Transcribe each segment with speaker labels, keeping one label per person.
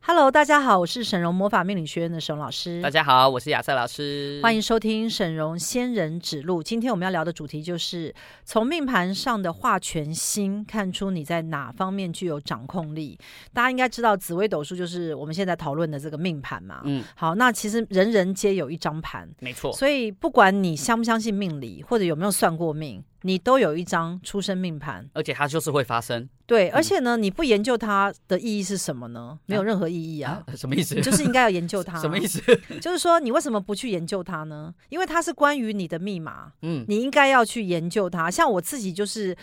Speaker 1: Hello，大家好，我是沈荣魔法命理学院的沈荣老师。
Speaker 2: 大家好，我是亚瑟老师，
Speaker 1: 欢
Speaker 2: 迎。
Speaker 1: 迎收听沈荣仙人指路。今天我们要聊的主题就是从命盘上的化权星看出你在哪方面具有掌控力。大家应该知道紫微斗数就是我们现在讨论的这个命盘嘛。
Speaker 2: 嗯，
Speaker 1: 好，那其实人人皆有一张盘，
Speaker 2: 没错，
Speaker 1: 所以不管你相不相信命理，或者有没有算过命，你都有一张出生命盘。
Speaker 2: 而且它就是会发生
Speaker 1: 对，而且呢，你不研究它的意义是什么呢？没有任何意义啊
Speaker 2: 嗯啊，， 什么意思？
Speaker 1: 你就是应啊该要研究它。
Speaker 2: 什么意思？
Speaker 1: 就是说，你为什么不去研究它呢？因为它是关于你的密码，
Speaker 2: 嗯，
Speaker 1: 你应该要去研究它。像我自己就是，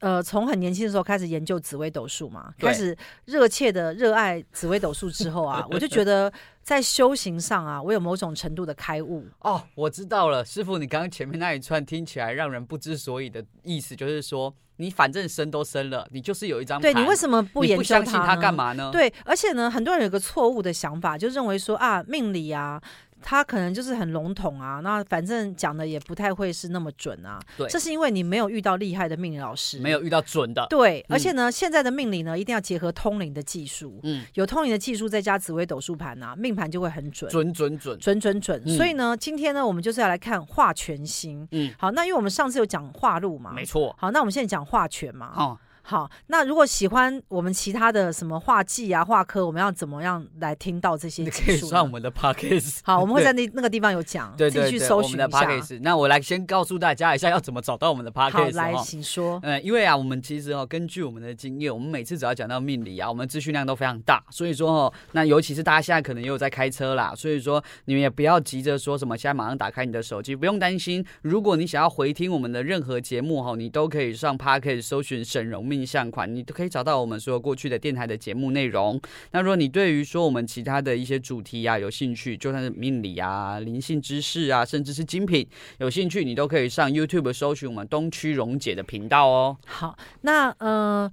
Speaker 1: 呃，从很年轻的时候开始研究紫微斗数嘛，
Speaker 2: 对
Speaker 1: 开始热切的热爱紫微斗数之后啊，我就觉得在修行上啊，我有某种程度的开悟。
Speaker 2: 哦，我知道了，师傅，你刚刚前面那一串听起来让人不知所以的意思，就是说你反正生都生了，你就是有一张
Speaker 1: 对你为
Speaker 2: 么
Speaker 1: 什么不研
Speaker 2: 不
Speaker 1: 究
Speaker 2: 相信它
Speaker 1: 呢
Speaker 2: 干？嘛呢？，
Speaker 1: 对，而且呢，很多人有个错误的想法，就认为说啊，命理啊，它可能就是很笼统啊，那反正讲的也不太会是那么准啊。
Speaker 2: 对
Speaker 1: 这是因为你没有遇到厉害的命理老师，
Speaker 2: 没有遇到准的，
Speaker 1: 对，而且呢，现在的命理呢，一定要结合通灵的技术，
Speaker 2: 嗯，
Speaker 1: 有通灵的技术再加紫微斗数盘啊，命盘就会很准，
Speaker 2: 准准准，
Speaker 1: 准准准。
Speaker 2: 嗯
Speaker 1: 所以呢，今天呢，我们就是要来看化权星。
Speaker 2: 嗯，
Speaker 1: 好，那因为我们上次有讲化禄嘛，
Speaker 2: 没。错，
Speaker 1: 好，那我们现在讲化权嘛。
Speaker 2: 哦，
Speaker 1: 好，那如果喜欢我们其他的什么化技啊、化科，我们要怎么样来听到这些
Speaker 2: 你
Speaker 1: 技
Speaker 2: 可以
Speaker 1: 术呢？
Speaker 2: 算我们的 podcast。
Speaker 1: 好，我们会
Speaker 2: 对
Speaker 1: 在那那个地方有讲，
Speaker 2: 对
Speaker 1: 自
Speaker 2: 对
Speaker 1: 己去
Speaker 2: 对，
Speaker 1: 搜
Speaker 2: 我
Speaker 1: 寻
Speaker 2: 们
Speaker 1: 一
Speaker 2: 的
Speaker 1: 下。
Speaker 2: podcast。那我来先告诉大家一下要怎么找到我们的
Speaker 1: 好，
Speaker 2: podcast
Speaker 1: 来，
Speaker 2: 哦
Speaker 1: 请说。
Speaker 2: 呃，因为啊，我们其实哦，根据我们的经验，我们每次只要讲到命理啊，我们资讯量都非常大，所以说哦，那尤其是大家现在可能也有在开车啦，所以说你们也不要急着说什么，现在马上打开你的手机，不用担心。如果你想要回听我们的任何节目哈、哦，你都可以上 p a r k 搜寻沈荣命相款，你都可以找到我们所有过去的电台的节目内容。那如果你对于说我们其他的一些主题啊有兴趣，就算是命理啊、灵性知识啊，甚至是精品有兴趣，你都可以上 YouTube 搜寻我们东区荣姐的频道哦。
Speaker 1: 好，那呃，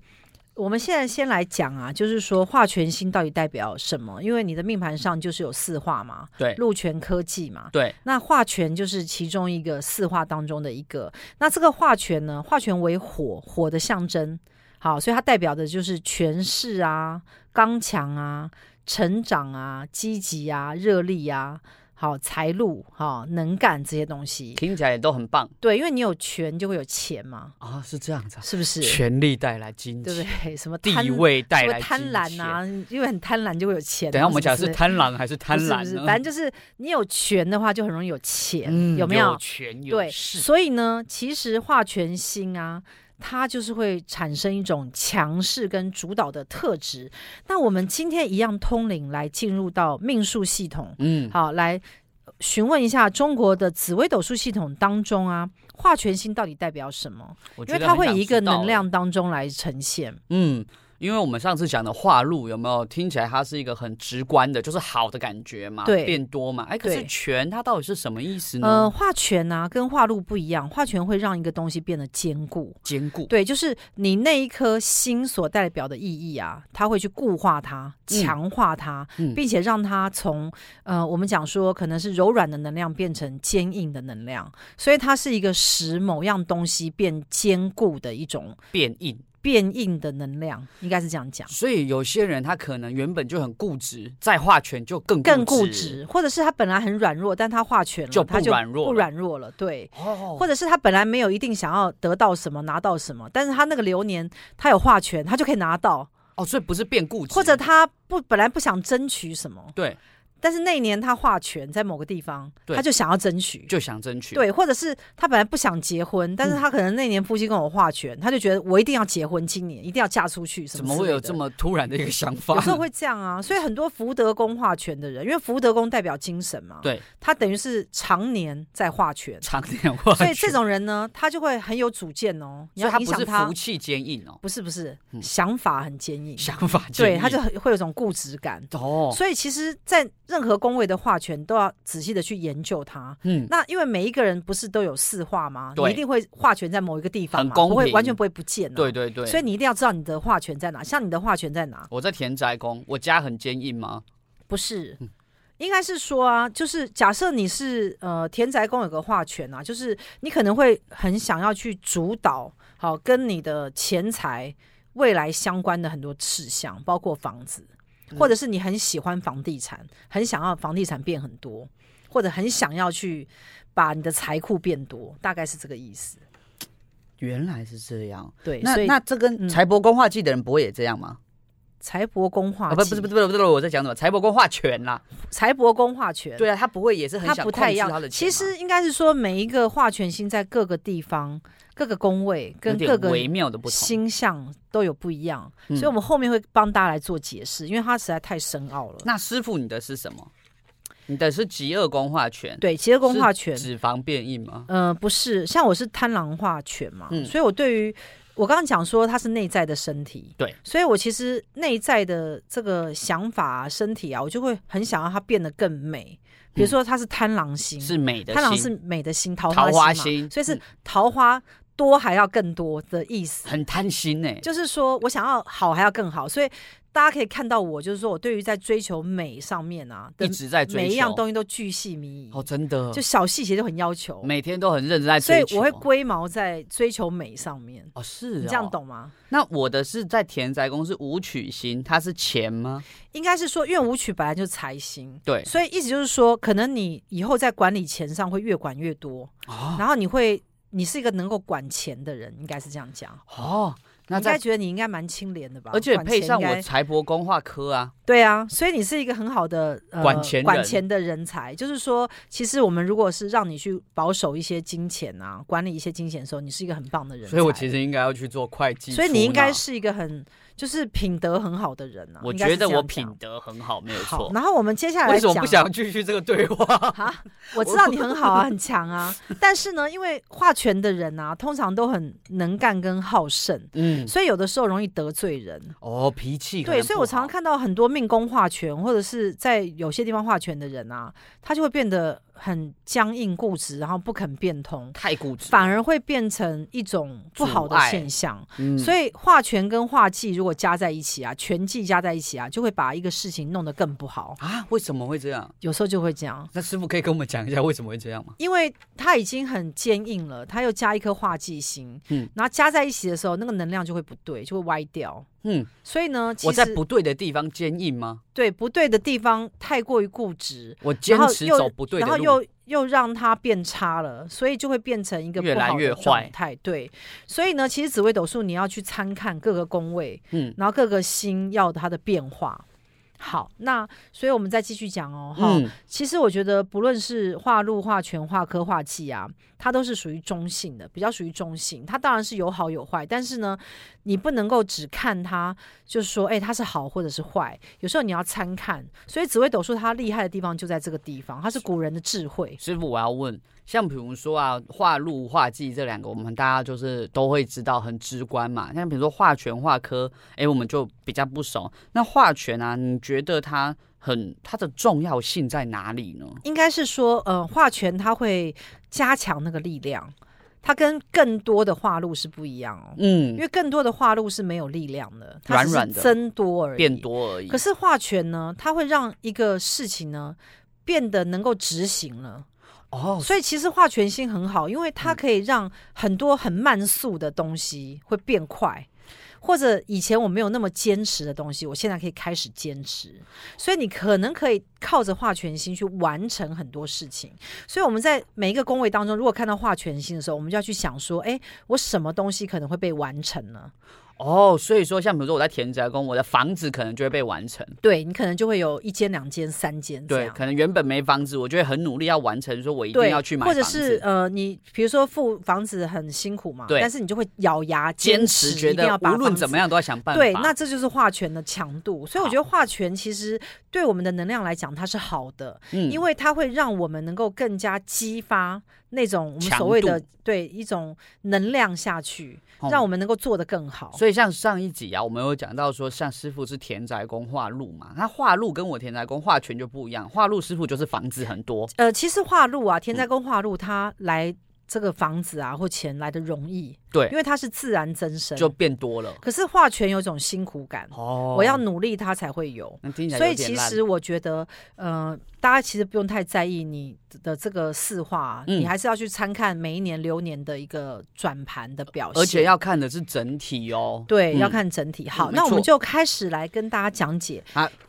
Speaker 1: 我们现在先来讲啊，就是说化权星到底代表什么？因为你的命盘上就是有四化嘛，
Speaker 2: 对
Speaker 1: 禄权科技嘛。
Speaker 2: 对，
Speaker 1: 那化权就是其中一个四化当中的一个。那这个化权呢，化权为火，火的象征。好，所以它代表的就是权势啊、刚强啊、成长啊、积极啊、热力啊、好财路、好能干这些东西。
Speaker 2: 听起来也都很棒
Speaker 1: 对，因为你有权就会有钱嘛，
Speaker 2: 啊、是这样子、啊，
Speaker 1: 是不是？
Speaker 2: 权力带来金
Speaker 1: 对
Speaker 2: 钱，
Speaker 1: 不对？什 么贪
Speaker 2: 地位带
Speaker 1: 什么
Speaker 2: 来
Speaker 1: 贪
Speaker 2: 金
Speaker 1: 婪
Speaker 2: 钱。
Speaker 1: 啊，因为很贪婪就会有钱啊、
Speaker 2: 等一下我们
Speaker 1: 什么
Speaker 2: 讲
Speaker 1: 之类
Speaker 2: 是
Speaker 1: 的
Speaker 2: 贪婪还是贪婪
Speaker 1: 不
Speaker 2: 呢？
Speaker 1: 是不是，反正就是你有权的话，就很容易有钱，
Speaker 2: 嗯
Speaker 1: 有没有？
Speaker 2: 权有
Speaker 1: 对，
Speaker 2: 势？
Speaker 1: 所以呢，其实化权星啊，它就是会产生一种强势跟主导的特质。那我们今天一样通灵来进入到命数系统，
Speaker 2: 嗯，
Speaker 1: 好来。询问一下中国的紫微斗数系统当中啊，化权星到底代表什么？
Speaker 2: 我
Speaker 1: 因
Speaker 2: 觉
Speaker 1: 为
Speaker 2: 得
Speaker 1: 它
Speaker 2: 很
Speaker 1: 会
Speaker 2: 想
Speaker 1: 以一
Speaker 2: 知
Speaker 1: 个
Speaker 2: 道
Speaker 1: 能
Speaker 2: 欸，
Speaker 1: 量当中来呈现。
Speaker 2: 嗯。因为我们上次讲的化禄有没有听起来它是一个很直观的，就是好的感觉嘛，
Speaker 1: 对
Speaker 2: 变多嘛。哎，可
Speaker 1: 对
Speaker 2: 是权它到底是什么意思
Speaker 1: 呃，
Speaker 2: 呢？
Speaker 1: 化权啊，跟化禄不一样，化权会让一个东西变得坚固。
Speaker 2: 坚固，
Speaker 1: 对，就是你那一颗心所代表的意义啊，它会去固化它、
Speaker 2: 嗯
Speaker 1: 强化它，
Speaker 2: 嗯
Speaker 1: 并且让它从呃，我们讲说可能是柔软的能量变成坚硬的能量，所以它是一个使某样东西变坚固的一种
Speaker 2: 变硬。
Speaker 1: 变硬的能量，应该是这样讲。
Speaker 2: 所以有些人他可能原本就很固执，再化权就更
Speaker 1: 更固执，或者是他本来很软弱，但他化权了，
Speaker 2: 就
Speaker 1: 他
Speaker 2: 不
Speaker 1: 就
Speaker 2: 软弱
Speaker 1: 不
Speaker 2: 了
Speaker 1: 软弱了。对，
Speaker 2: 哦
Speaker 1: 或者是他本来没有一定想要得到什么、拿到什么，但是他那个流年他有化权，他就可以拿到，
Speaker 2: 哦，所以不是变固执，
Speaker 1: 或者他不本来不想争取什么，
Speaker 2: 对，
Speaker 1: 但是那一年他化权在某个地方，
Speaker 2: 对
Speaker 1: 他就想要争取。
Speaker 2: 就想争取。
Speaker 1: 对，或者是他本来不想结婚，但是他可能那年夫妻跟我化权，他就觉得我一定要结婚，今年一定要嫁出去，什
Speaker 2: 怎
Speaker 1: 么
Speaker 2: 么
Speaker 1: 之
Speaker 2: 会
Speaker 1: 类
Speaker 2: 有
Speaker 1: 的
Speaker 2: 这么突然的一个想法
Speaker 1: 有？时候会这样啊，所以很多福德宫化权的人，因为福德宫代表精神嘛，
Speaker 2: 对，
Speaker 1: 他等于是常年在化权，
Speaker 2: 常年 化
Speaker 1: 所以
Speaker 2: 学
Speaker 1: 这，种人呢，他就会很有主见哦。你
Speaker 2: 所
Speaker 1: 要
Speaker 2: 以他
Speaker 1: 影
Speaker 2: 不
Speaker 1: 响
Speaker 2: 是
Speaker 1: 他
Speaker 2: 福，气坚硬哦，
Speaker 1: 不是不是，
Speaker 2: 嗯
Speaker 1: 想法很坚硬，
Speaker 2: 想法坚
Speaker 1: 对，
Speaker 2: 硬
Speaker 1: 他就很会有一种固执感。
Speaker 2: 哦，
Speaker 1: 所以其实，在任何宫位的化权都要仔细的去研究它。
Speaker 2: 嗯，
Speaker 1: 那因为每一个人不是都有四化吗？你
Speaker 2: 对
Speaker 1: 一定会化权在某一个地方
Speaker 2: 很
Speaker 1: 嘛，
Speaker 2: 公
Speaker 1: 不会
Speaker 2: 平
Speaker 1: 完全不会不见、啊。
Speaker 2: 对对对。
Speaker 1: 所以你一定要知道你的化权在哪。像你的化权在哪？
Speaker 2: 我在田宅宫，我家很坚硬吗？
Speaker 1: 不是，
Speaker 2: 嗯
Speaker 1: 应该是说啊，就是假设你是呃田宅宫有个化权啊，就是你可能会很想要去主导好跟你的钱财未来相关的很多事项，包括房子，
Speaker 2: 嗯
Speaker 1: 或者是你很喜欢房地产，很想要房地产变很多，或者很想要去把你的财库变多，大概是这个意思。
Speaker 2: 原来是这样。
Speaker 1: 对，
Speaker 2: 那
Speaker 1: 所以
Speaker 2: 那这跟
Speaker 1: 嗯
Speaker 2: 财帛宫化忌的人不会也这样吗？
Speaker 1: 财帛宫化
Speaker 2: 啊，不不是
Speaker 1: 是
Speaker 2: 不是不是不是，我在讲什么？财帛宫化权啦。
Speaker 1: 财帛宫化权，
Speaker 2: 对啊，他不会也是很
Speaker 1: 它
Speaker 2: 想
Speaker 1: 不
Speaker 2: 控
Speaker 1: 太一
Speaker 2: 制
Speaker 1: 样
Speaker 2: 他的。钱
Speaker 1: 其
Speaker 2: 吗
Speaker 1: 实应该是说，每一个化权星在各个地方、各个宫位
Speaker 2: 有
Speaker 1: 跟
Speaker 2: 点
Speaker 1: 各个
Speaker 2: 微妙的不同。
Speaker 1: 星象都有不一样，
Speaker 2: 嗯
Speaker 1: 所以我们后面会帮大家来做解释，因为它实在太深奥了。
Speaker 2: 那师傅，你的是什么？你的是极恶宫化权，
Speaker 1: 对，结宫化权，
Speaker 2: 脂肪变硬吗？
Speaker 1: 呃，不是，像我是贪狼化权嘛，
Speaker 2: 嗯
Speaker 1: 所以我对于我刚刚讲说它是内在的身体，
Speaker 2: 对，
Speaker 1: 所以我其实内在的这个想法啊、身体啊，我就会很想要它变得更美。比如说它是贪狼星，
Speaker 2: 嗯是美的
Speaker 1: 贪狼
Speaker 2: 心
Speaker 1: 是美的心，桃
Speaker 2: 桃
Speaker 1: 花
Speaker 2: 花
Speaker 1: 心嘛
Speaker 2: 心，
Speaker 1: 所以是
Speaker 2: 嗯
Speaker 1: 桃花多还要更多的意思，
Speaker 2: 很贪心欸呢、
Speaker 1: 就是说我想要好还要更好，所以大家可以看到我，就是说我对于在追求美上面啊
Speaker 2: 一
Speaker 1: 的
Speaker 2: 直在追求
Speaker 1: 每一样东西都巨细靡遗，
Speaker 2: 哦，真的，
Speaker 1: 就小细节就很要求，
Speaker 2: 每天都很认真在
Speaker 1: 所以
Speaker 2: 追求。
Speaker 1: 我会归毛在追求美上面，
Speaker 2: 哦，是哦
Speaker 1: 你这样。懂吗？
Speaker 2: 那我的是在田宅宫是武曲星，它是钱吗？
Speaker 1: 应该是说，因为舞曲本来就是财星。
Speaker 2: 对，
Speaker 1: 所以意思就是说，可能你以后在管理钱上会越管越多，
Speaker 2: 哦
Speaker 1: 然后你会，你是一个能够管钱的人，应该是这样讲。
Speaker 2: 哦，
Speaker 1: 你
Speaker 2: 那
Speaker 1: 应该
Speaker 2: 在
Speaker 1: 觉得你应该蛮清廉的吧？
Speaker 2: 而且
Speaker 1: 管
Speaker 2: 配
Speaker 1: 钱
Speaker 2: 上
Speaker 1: 应该
Speaker 2: 我财帛宫化科啊，
Speaker 1: 对啊，所以你是一个很好的、呃、
Speaker 2: 管钱人
Speaker 1: 管钱的人才。就是说，其实我们如果是让你去保守一些金钱啊，管理一些金钱的时候，你是一个很棒的人才。
Speaker 2: 所以我其实应该要去做会计。
Speaker 1: 所以你应该
Speaker 2: 出纳，
Speaker 1: 是一个很就是品德很好的人啊。
Speaker 2: 我
Speaker 1: 应该是
Speaker 2: 觉得
Speaker 1: 这样
Speaker 2: 我
Speaker 1: 讲
Speaker 2: 品德很好，没有
Speaker 1: 好
Speaker 2: 错。。
Speaker 1: 然后我们接下来
Speaker 2: 为什么
Speaker 1: 讲
Speaker 2: 不想要继续这个对话？
Speaker 1: 啊？我知道你很好啊，很强啊。但是呢，因为化权的人啊，通常都很能干跟好胜，
Speaker 2: 嗯，
Speaker 1: 所以有的时候容易得罪人。
Speaker 2: 哦，脾气可
Speaker 1: 对，
Speaker 2: 能
Speaker 1: 所以
Speaker 2: 不
Speaker 1: 我常常
Speaker 2: 好
Speaker 1: 看到很多命宫化权，或者是在有些地方化权的人啊，他就会变得很僵硬固执，然后不肯变通，
Speaker 2: 太固执，
Speaker 1: 反而会变成一种不好
Speaker 2: 阻
Speaker 1: 的
Speaker 2: 碍
Speaker 1: 现象。
Speaker 2: 嗯
Speaker 1: 所以化权跟化忌如果加在一起啊，权忌加在一起啊，就会把一个事情弄得更不好。
Speaker 2: 啊，为什么会这样？
Speaker 1: 有时候就会这样，
Speaker 2: 那师傅可以跟我们讲一下为什么会这样吗？
Speaker 1: 因为他已经很坚硬了，他又加一颗化忌星，
Speaker 2: 嗯
Speaker 1: 然后加在一起的时候，那个能量就会不对，就会歪掉。
Speaker 2: 嗯，
Speaker 1: 所以呢，其
Speaker 2: 我在
Speaker 1: 实
Speaker 2: 不对的地方坚硬吗？
Speaker 1: 对不对的地方太过于固执，
Speaker 2: 我坚
Speaker 1: 然后
Speaker 2: 持
Speaker 1: 又
Speaker 2: 走不对
Speaker 1: 然
Speaker 2: 的
Speaker 1: 后
Speaker 2: 路，
Speaker 1: 又又让它变差了，所以就会变成一个
Speaker 2: 越
Speaker 1: 不
Speaker 2: 来
Speaker 1: 好
Speaker 2: 越
Speaker 1: 的
Speaker 2: 坏
Speaker 1: 状态。对，所以呢，其实紫微斗数你要去参看各个宫位，
Speaker 2: 嗯
Speaker 1: 然后各个星要它的变化。好，那所以我们再继续讲哦，哈、
Speaker 2: 嗯，
Speaker 1: 其实我觉得不论是化禄、化权、化科、化忌啊，它都是属于中性的，比较属于中性。它当然是有好有坏，但是呢，你不能够只看它，就是说，哎、它是好或者是坏，有时候你要参看。所以紫微斗数它厉害的地方就在这个地方，它是古人的智慧。
Speaker 2: 师傅，我要问，像比如说啊，画路、画技这两个，我们大家就是都会知道，很直观嘛。像比如说画拳、画科，哎、我们就比较不熟。那画拳啊，你觉得它很它的重要性在哪里呢？
Speaker 1: 应该是说，呃，化权它会加强那个力量，它跟更多的化禄是不一样哦，因
Speaker 2: 嗯，
Speaker 1: 为更多的化禄是没有力量的，它
Speaker 2: 软
Speaker 1: 只是
Speaker 2: 软的
Speaker 1: 增多而已，
Speaker 2: 变多而已。
Speaker 1: 可是化权呢，它会让一个事情呢变得能够执行了，
Speaker 2: 哦，嗯
Speaker 1: 所以其实化权星很好，因为它可以让很多很慢速的东西会变快。或者以前我没有那么坚持的东西，我现在可以开始坚持，所以你可能可以靠着化权星去完成很多事情。所以我们在每一个宫位当中，如果看到化权星的时候，我们就要去想说，哎，我什么东西可能会被完成呢？
Speaker 2: 哦，所以说像比如说我在田宅宫，我的房子可能就会被完成。
Speaker 1: 对你可能就会有一间、两间、三间这
Speaker 2: 对，
Speaker 1: 样。
Speaker 2: 可能原本没房子，我就会很努力要完成，说我一定
Speaker 1: 对，
Speaker 2: 要去买
Speaker 1: 或
Speaker 2: 房
Speaker 1: 者
Speaker 2: 子，
Speaker 1: 是呃，你比如说付房子很辛苦嘛，
Speaker 2: 对
Speaker 1: 但是你就会咬牙
Speaker 2: 坚
Speaker 1: 持，
Speaker 2: 持觉
Speaker 1: 一定
Speaker 2: 得
Speaker 1: 要把
Speaker 2: 无论
Speaker 1: 房
Speaker 2: 怎
Speaker 1: 子
Speaker 2: 么样都要想办法。
Speaker 1: 对，那这就是化权的强度，所以我觉得化权其实对我们的能量来讲，它是好的，
Speaker 2: 嗯
Speaker 1: 因为它会让我们能够更加激发那种我们
Speaker 2: 强
Speaker 1: 所谓的
Speaker 2: 度
Speaker 1: 对一种能量下去，
Speaker 2: 哦
Speaker 1: 让我们能够做得更好。
Speaker 2: 所以像上一集啊，我们有讲到说，像师傅是田宅宫化禄嘛，他化禄跟我田宅宫化权就不一样，化禄师傅就是房子很多，
Speaker 1: 呃，其实化禄啊，
Speaker 2: 嗯
Speaker 1: 天灾跟化禄，它来这个房子啊或钱来的容易，
Speaker 2: 对
Speaker 1: 因为它是自然增生。
Speaker 2: 就变多了。
Speaker 1: 可是化权有一种辛苦感，
Speaker 2: 哦
Speaker 1: 我要努力它才会有。
Speaker 2: 那听起来
Speaker 1: 所以
Speaker 2: 有点
Speaker 1: 其
Speaker 2: 烂
Speaker 1: 实我觉得，呃，大家其实不用太在意你的这个四化，啊
Speaker 2: 嗯
Speaker 1: 你还是要去参看每一年流年的一个转盘的表现，
Speaker 2: 而且要看的是整体哦。
Speaker 1: 对、
Speaker 2: 嗯
Speaker 1: 要看整体。好，
Speaker 2: 没
Speaker 1: 那我们
Speaker 2: 错
Speaker 1: 就开始来跟大家讲解。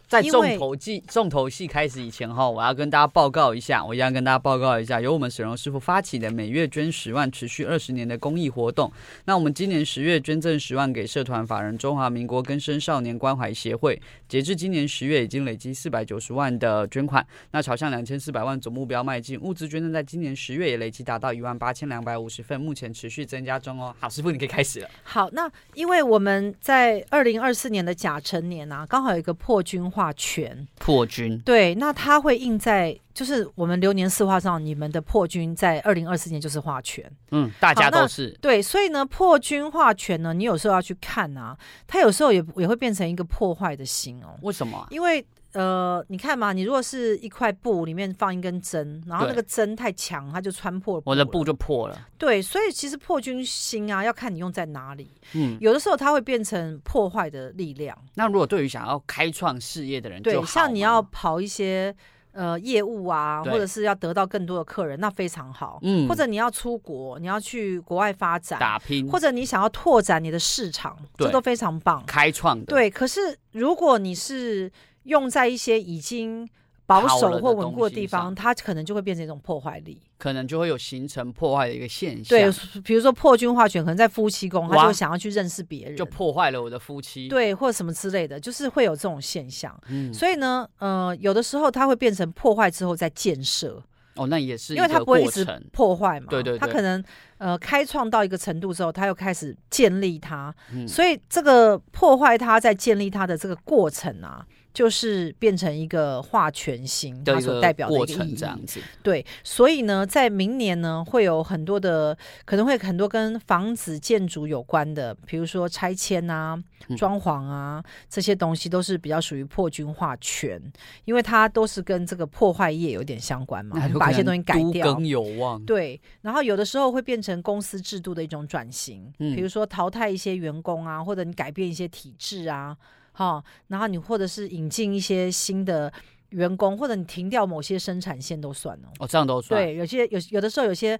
Speaker 2: 在
Speaker 1: 因
Speaker 2: 重
Speaker 1: 为
Speaker 2: 头戏重头戏开始以前哈，我要跟大家报告一下，我一样跟大家报告一下，由我们沈荣师傅发起的每月捐十万、持续二十年的公益活动。那我们今年十月捐赠十万给社团法人中华民国根生少年关怀协会，截至今年十月已经累积四百九十万的捐款，那朝向两千四百万总目标迈进。物资捐赠在今年十月也累计达到一万八千两百五十份，目前持续增加中哦。好，师傅你可以开始了。
Speaker 1: 好，那因为我们在二零二四年的甲辰年啊，刚好有一个破军化权，
Speaker 2: 破军
Speaker 1: 对，那它会印在就是我们流年四化上，你们的破军在二零二四年就是化权。
Speaker 2: 嗯，大
Speaker 1: 好
Speaker 2: 家
Speaker 1: 那
Speaker 2: 都是
Speaker 1: 对，所以呢，破军化权呢，你有时候要去看啊，它有时候也也会变成一个破坏的心哦，
Speaker 2: 为什么啊、
Speaker 1: 因为呃，你看嘛，你如果是一块布里面放一根针，然后那
Speaker 2: 对
Speaker 1: 个针太强，它就穿破
Speaker 2: 我的
Speaker 1: 了
Speaker 2: 布就破了。
Speaker 1: 对，所以其实破军心啊，要看你用在哪里，
Speaker 2: 嗯，
Speaker 1: 有的时候它会变成破坏的力量，
Speaker 2: 那如果对于想要开创事业的人就好
Speaker 1: 对，
Speaker 2: 吗，
Speaker 1: 像你要跑一些。呃，业务啊，
Speaker 2: 对
Speaker 1: 或者是要得到更多的客人，那非常好。
Speaker 2: 嗯
Speaker 1: 或者你要出国，你要去国外发展，
Speaker 2: 打拼
Speaker 1: 或者你想要拓展你的市场，这
Speaker 2: 对
Speaker 1: 都非常棒。
Speaker 2: 开创的，
Speaker 1: 对，可是如果你是用在一些已经保
Speaker 2: 好了
Speaker 1: 守
Speaker 2: 的
Speaker 1: 或稳固的
Speaker 2: 东西
Speaker 1: 地方，
Speaker 2: 上
Speaker 1: 它可能就会变成一种破坏力。
Speaker 2: 可能就会有形成破坏的一个现象，
Speaker 1: 对，比如说破军化权，可能在夫妻宫，他就
Speaker 2: 啊哇
Speaker 1: 会想要去认识别人，
Speaker 2: 就破坏了我的夫妻。，
Speaker 1: 对，或者什么之类的，就是会有这种现象。
Speaker 2: 嗯，
Speaker 1: 所以呢，呃，有的时候它会变成破坏之后再建设，
Speaker 2: 哦，那也是
Speaker 1: 因为它
Speaker 2: 个
Speaker 1: 不会一
Speaker 2: 过
Speaker 1: 直
Speaker 2: 程，
Speaker 1: 破坏嘛。
Speaker 2: 对对
Speaker 1: 它
Speaker 2: 对
Speaker 1: 可能呃开创到一个程度之后，它又开始建立它，
Speaker 2: 嗯
Speaker 1: 所以这个破坏它在建立它的这个过程啊，就是变成一个化权星，
Speaker 2: 的
Speaker 1: 它
Speaker 2: 一
Speaker 1: 所
Speaker 2: 个
Speaker 1: 代表的
Speaker 2: 过
Speaker 1: 一个意
Speaker 2: 程
Speaker 1: 义
Speaker 2: 这。样子。
Speaker 1: 对，所以呢，在明年呢，会有很多的，可能会很多跟房子建筑有关的，比如说拆迁啊、
Speaker 2: 嗯
Speaker 1: 装潢啊、这些东西，都是比较属于破军化权，因为它都是跟这个破坏业有点相关嘛，
Speaker 2: 那
Speaker 1: 嗯
Speaker 2: 有
Speaker 1: 把一
Speaker 2: 可
Speaker 1: 些东
Speaker 2: 能
Speaker 1: 西改
Speaker 2: 都
Speaker 1: 掉。啊
Speaker 2: 更有望，
Speaker 1: 对，然后有的时候会变成公司制度的一种转型，
Speaker 2: 嗯
Speaker 1: 比如说淘汰一些员工啊，或者你改变一些体制啊，哈、然后你或者是引进一些新的员工，或者你停掉某些生产线都算哦。
Speaker 2: 哦，这样都算。，
Speaker 1: 对，有些有有的时候有些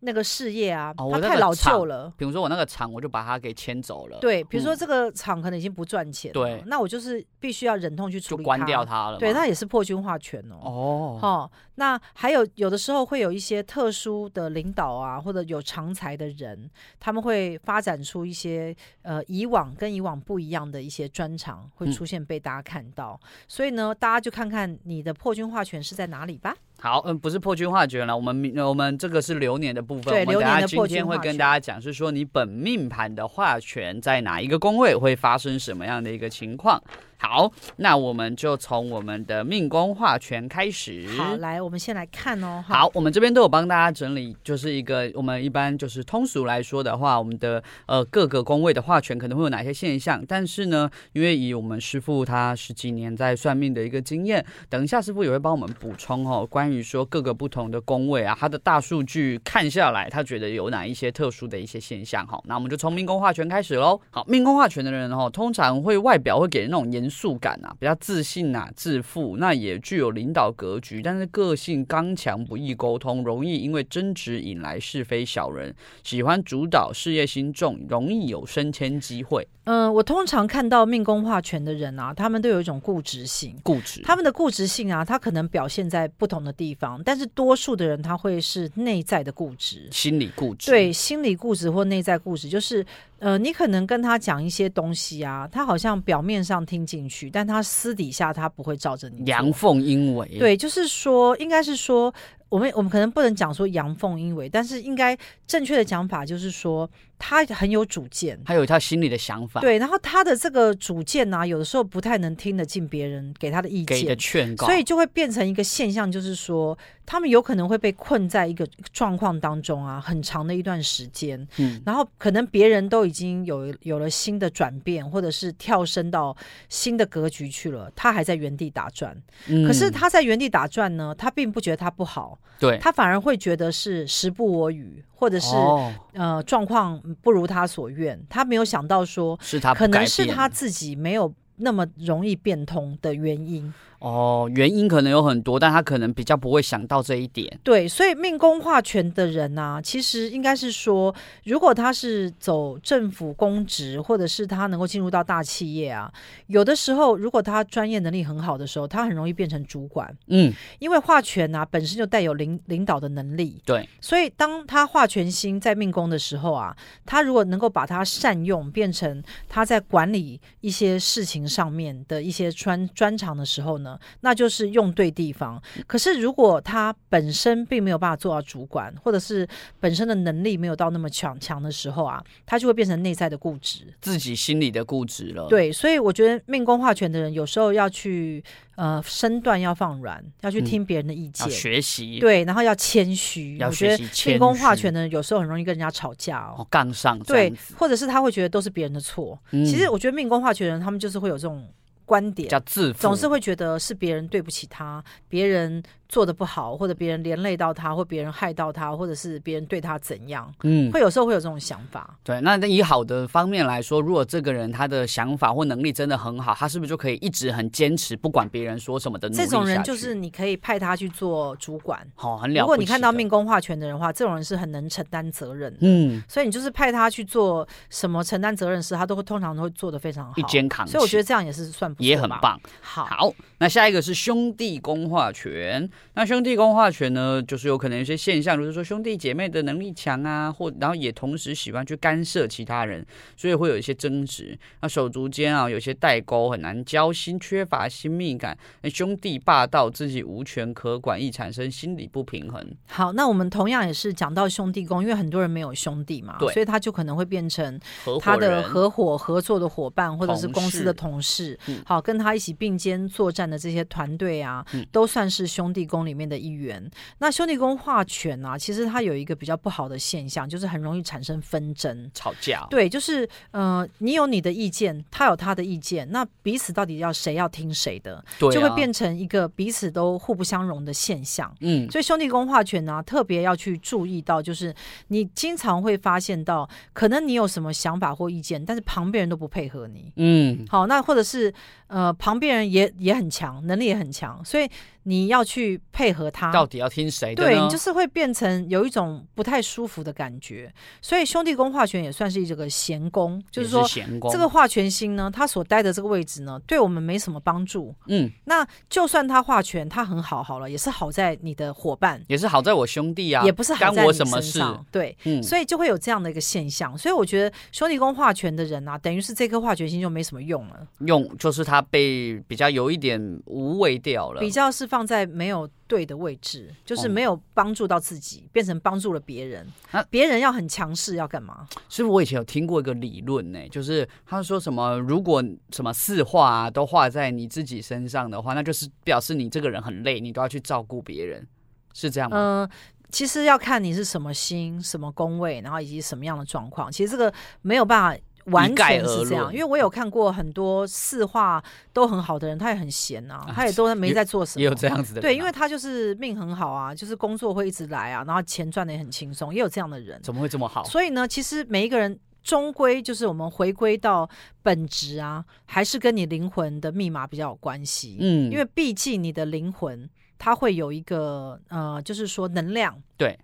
Speaker 1: 那个事业啊，
Speaker 2: 哦我
Speaker 1: 它
Speaker 2: 那
Speaker 1: 太
Speaker 2: 个
Speaker 1: 老
Speaker 2: 厂
Speaker 1: 旧了。
Speaker 2: 比如说我那个厂，我就把它给迁走了，，
Speaker 1: 对，比如说
Speaker 2: 嗯
Speaker 1: 这个厂可能已经不赚钱了，
Speaker 2: 对
Speaker 1: 那我就是必须要忍痛去处
Speaker 2: 就
Speaker 1: 理
Speaker 2: 关掉
Speaker 1: 它。
Speaker 2: 它了嘛。
Speaker 1: 对，那也是破军化权哦
Speaker 2: 哦，
Speaker 1: 哦，那还有有的时候会有一些特殊的领导啊，或者有长才的人，他们会发展出一些呃以往跟以往不一样的一些专长，会
Speaker 2: 嗯
Speaker 1: 出现被大家看到。所以呢，大家就看看你的破军化权是在哪里吧。
Speaker 2: 好，嗯，不是破军化权了，我们明呃我们这个是流年的部分，
Speaker 1: 对
Speaker 2: 我们等
Speaker 1: 流年
Speaker 2: 下
Speaker 1: 的
Speaker 2: 今
Speaker 1: 破军
Speaker 2: 天
Speaker 1: 化
Speaker 2: 会
Speaker 1: 权
Speaker 2: 跟大家讲，是说你本命盘的化权在哪一个宫位会发生什么样的一个情况。好，那我们就从我们的命宫化权开始。
Speaker 1: 好，来，我们先来看哦。哈
Speaker 2: 好，，我们这边都有帮大家整理，就是一个我们一般就是通俗来说的话，我们的呃各个宫位的化权可能会有哪些现象，但是呢，因为以我们师傅他十几年在算命的一个经验，等一下师傅也会帮我们补充哦，关于说各个不同的宫位啊，它的大数据看下来，他觉得有哪一些特殊的一些现象哈，那我们就从命宫化权开始喽。好，命宫化权的人哦，通常会外表会给人那种严肃感啊，比较自信啊、自负，那也具有领导格局，但是个性刚强，不易沟通，容易因为争执引来是非小人，喜欢主导，事业心重，容易有升迁机会，
Speaker 1: 嗯，我通常看到命宫化权的人啊，他们都有一种固执性。
Speaker 2: 固执。
Speaker 1: 他们的固执性啊，他可能表现在不同的地方，但是多数的人他会是内在的固执。
Speaker 2: 心理固执，
Speaker 1: 对，心理固执或内在固执，就是呃，你可能跟他讲一些东西啊，他好像表面上听进去，但他私底下他不会照着你做
Speaker 2: 阳奉阴违。，
Speaker 1: 对，就是说，应该是说，我们我们可能不能讲说阳奉阴违，但是应该正确的讲法就是说，他很有主见。
Speaker 2: 他有一套心里的想法，
Speaker 1: 对，然后他的这个主见呢、有的时候不太能听得进别人给他的意
Speaker 2: 给的
Speaker 1: 见，
Speaker 2: 劝告，
Speaker 1: 所以就会变成一个现象，就是说，他们有可能会被困在一个状况当中啊，很长的一段时间。
Speaker 2: 嗯，
Speaker 1: 然后可能别人都已经有有了新的转变，或者是跳升到新的格局去了，他还在原地打转。
Speaker 2: 嗯
Speaker 1: 可是他在原地打转呢，他并不觉得他不好，
Speaker 2: 对，
Speaker 1: 他反而会觉得是时不我与，或者是、
Speaker 2: 哦
Speaker 1: 呃状况不如他所愿。他没有想到说，
Speaker 2: 是他不
Speaker 1: 可能
Speaker 2: 改
Speaker 1: 是
Speaker 2: 变
Speaker 1: 他自己没有那么容易变通的原因。
Speaker 2: 哦，原因可能有很多，但他可能比较不会想到这一点。
Speaker 1: 对，所以命宫化权的人啊，其实应该是说，如果他是走政府公职，或者是他能够进入到大企业啊，有的时候如果他专业能力很好的时候，他很容易变成主管，
Speaker 2: 嗯，
Speaker 1: 因为化权啊本身就带有领领导的能力，
Speaker 2: 对，
Speaker 1: 所以当他化权星在命宫的时候啊，他如果能够把它善用，变成他在管理一些事情上面的一些专专长的时候呢，那就是用对地方。可是如果他本身并没有办法做到主管，或者是本身的能力没有到那么强强的时候啊，他就会变成内在的固执。
Speaker 2: 自己心里的固执了。，
Speaker 1: 对，所以我觉得命宫化权的人有时候要去呃身段要放软，要去
Speaker 2: 嗯
Speaker 1: 听别人的意见。
Speaker 2: 要学习，，
Speaker 1: 对，然后要谦虚。
Speaker 2: 要
Speaker 1: 我
Speaker 2: 学
Speaker 1: 觉得
Speaker 2: 习谦
Speaker 1: 命宫化
Speaker 2: 虚
Speaker 1: 权的人有时候很容易跟人家吵架哦。
Speaker 2: 哦，杠上这
Speaker 1: 对
Speaker 2: 样子，，
Speaker 1: 或者是他会觉得都是别人的错。
Speaker 2: 嗯
Speaker 1: 其实我觉得命宫化权的人，他们就是会有这种观
Speaker 2: 比
Speaker 1: 点，
Speaker 2: 较自负，
Speaker 1: 总是会觉得是别人对不起他，别人做的不好，或者别人连累到他，或别人害到他，或者是别人对他怎样，
Speaker 2: 嗯。
Speaker 1: 会有时候会有这种想法。
Speaker 2: 对，那以好的方面来说，如果这个人他的想法或能力真的很好，他是不是就可以一直很坚持，不管别人说什么的努力
Speaker 1: 这种人
Speaker 2: 下
Speaker 1: 就
Speaker 2: 去
Speaker 1: 是你可以派他去做主管。
Speaker 2: 好、很了
Speaker 1: 如
Speaker 2: 不
Speaker 1: 果你看到
Speaker 2: 起的
Speaker 1: 命，宫化权的人的话，这种人是很能承担责任的。
Speaker 2: 嗯，
Speaker 1: 所以你就是派他去做什么承担责任的事，他都会通常都会做得非常好，
Speaker 2: 一肩扛起，
Speaker 1: 所以我觉得这样也是算不错
Speaker 2: 也很
Speaker 1: 吧。
Speaker 2: 棒。
Speaker 1: 好，
Speaker 2: 好，那下一个是兄弟宫化权。那兄弟宫化权呢，就是有可能有一些现象，就是说兄弟姐妹的能力强啊，或然后也同时喜欢去干涉其他人，所以会有一些争执。那手足间啊，有些代沟，很难交心，缺乏亲密感。那兄弟霸道，自己无权可管，易产生心理不平衡。
Speaker 1: 好，那我们同样也是讲到兄弟宫，因为很多人没有兄弟嘛，
Speaker 2: 对
Speaker 1: 所以他就可能会变成
Speaker 2: 合
Speaker 1: 他
Speaker 2: 伙
Speaker 1: 的
Speaker 2: 人
Speaker 1: 合伙合作的伙伴，或者是
Speaker 2: 同
Speaker 1: 公司的
Speaker 2: 事
Speaker 1: 同事，
Speaker 2: 嗯
Speaker 1: 好，跟他一起并肩作战的这些团队啊，
Speaker 2: 嗯
Speaker 1: 都算是兄弟宫里面的一员。那兄弟宫化权啊，其实它有一个比较不好的现象，就是很容易产生纷争。
Speaker 2: 吵架哦，
Speaker 1: 对，就是呃，你有你的意见，他有他的意见，那彼此到底要谁要听谁的，
Speaker 2: 对啊
Speaker 1: 就会变成一个彼此都互不相容的现象。
Speaker 2: 嗯，
Speaker 1: 所以兄弟宫化权呢、特别要去注意到，就是你经常会发现到，可能你有什么想法或意见，但是旁边人都不配合你。
Speaker 2: 嗯，
Speaker 1: 好，那或者是呃，旁边人也也很强，能力也很强，所以你要去配合他。
Speaker 2: 到底要听谁的呢？
Speaker 1: 对你就是会变成有一种不太舒服的感觉，所以兄弟宫化权也算是这个闲宫，就
Speaker 2: 也
Speaker 1: 是
Speaker 2: 是
Speaker 1: 说
Speaker 2: 闲工
Speaker 1: 这个化权星呢，它所待的这个位置呢，对我们没什么帮助。
Speaker 2: 嗯，
Speaker 1: 那就算它化权，它很好好了，也是好在你的伙伴，
Speaker 2: 也是好在我兄弟啊，
Speaker 1: 也不是好
Speaker 2: 干
Speaker 1: 在
Speaker 2: 我
Speaker 1: 你
Speaker 2: 什么
Speaker 1: 身
Speaker 2: 事。
Speaker 1: 上，对。
Speaker 2: 嗯，
Speaker 1: 所以就会有这样的一个现象，所以我觉得兄弟宫化权的人啊，等于是这颗化权星就没什么用了，
Speaker 2: 用就是它被比较有一点无味掉了，
Speaker 1: 比较是放在没有对的位置，就是
Speaker 2: 哦
Speaker 1: 没有帮助到自己，变成帮助了别人
Speaker 2: 啊。
Speaker 1: 别人要很强势，要干嘛？
Speaker 2: 师傅，我以前有听过一个理论呢、就是他说什么，如果什么四化啊都画在你自己身上的话，那就是表示你这个人很累，你都要去照顾别人，是这样吗？
Speaker 1: 嗯、其实要看你是什么星、什么宫位，然后以及什么样的状况。其实这个没有办法。完全是这
Speaker 2: 一概而
Speaker 1: 样，
Speaker 2: 论
Speaker 1: 因为我有看过很多四化都很好的人，他也很闲啊，他也都没在做什么，
Speaker 2: 也有这样子的人啊、
Speaker 1: 对，因为他就是命很好啊，就是工作会一直来啊，然后钱赚的也很轻松，也有这样的人。
Speaker 2: 怎么会这么好？
Speaker 1: 所以呢，其实每一个人终归就是我们回归到本质啊，还是跟你灵魂的密码比较有关系。
Speaker 2: 嗯，
Speaker 1: 因为毕竟你的灵魂它会有一个呃，就是说能量，
Speaker 2: 对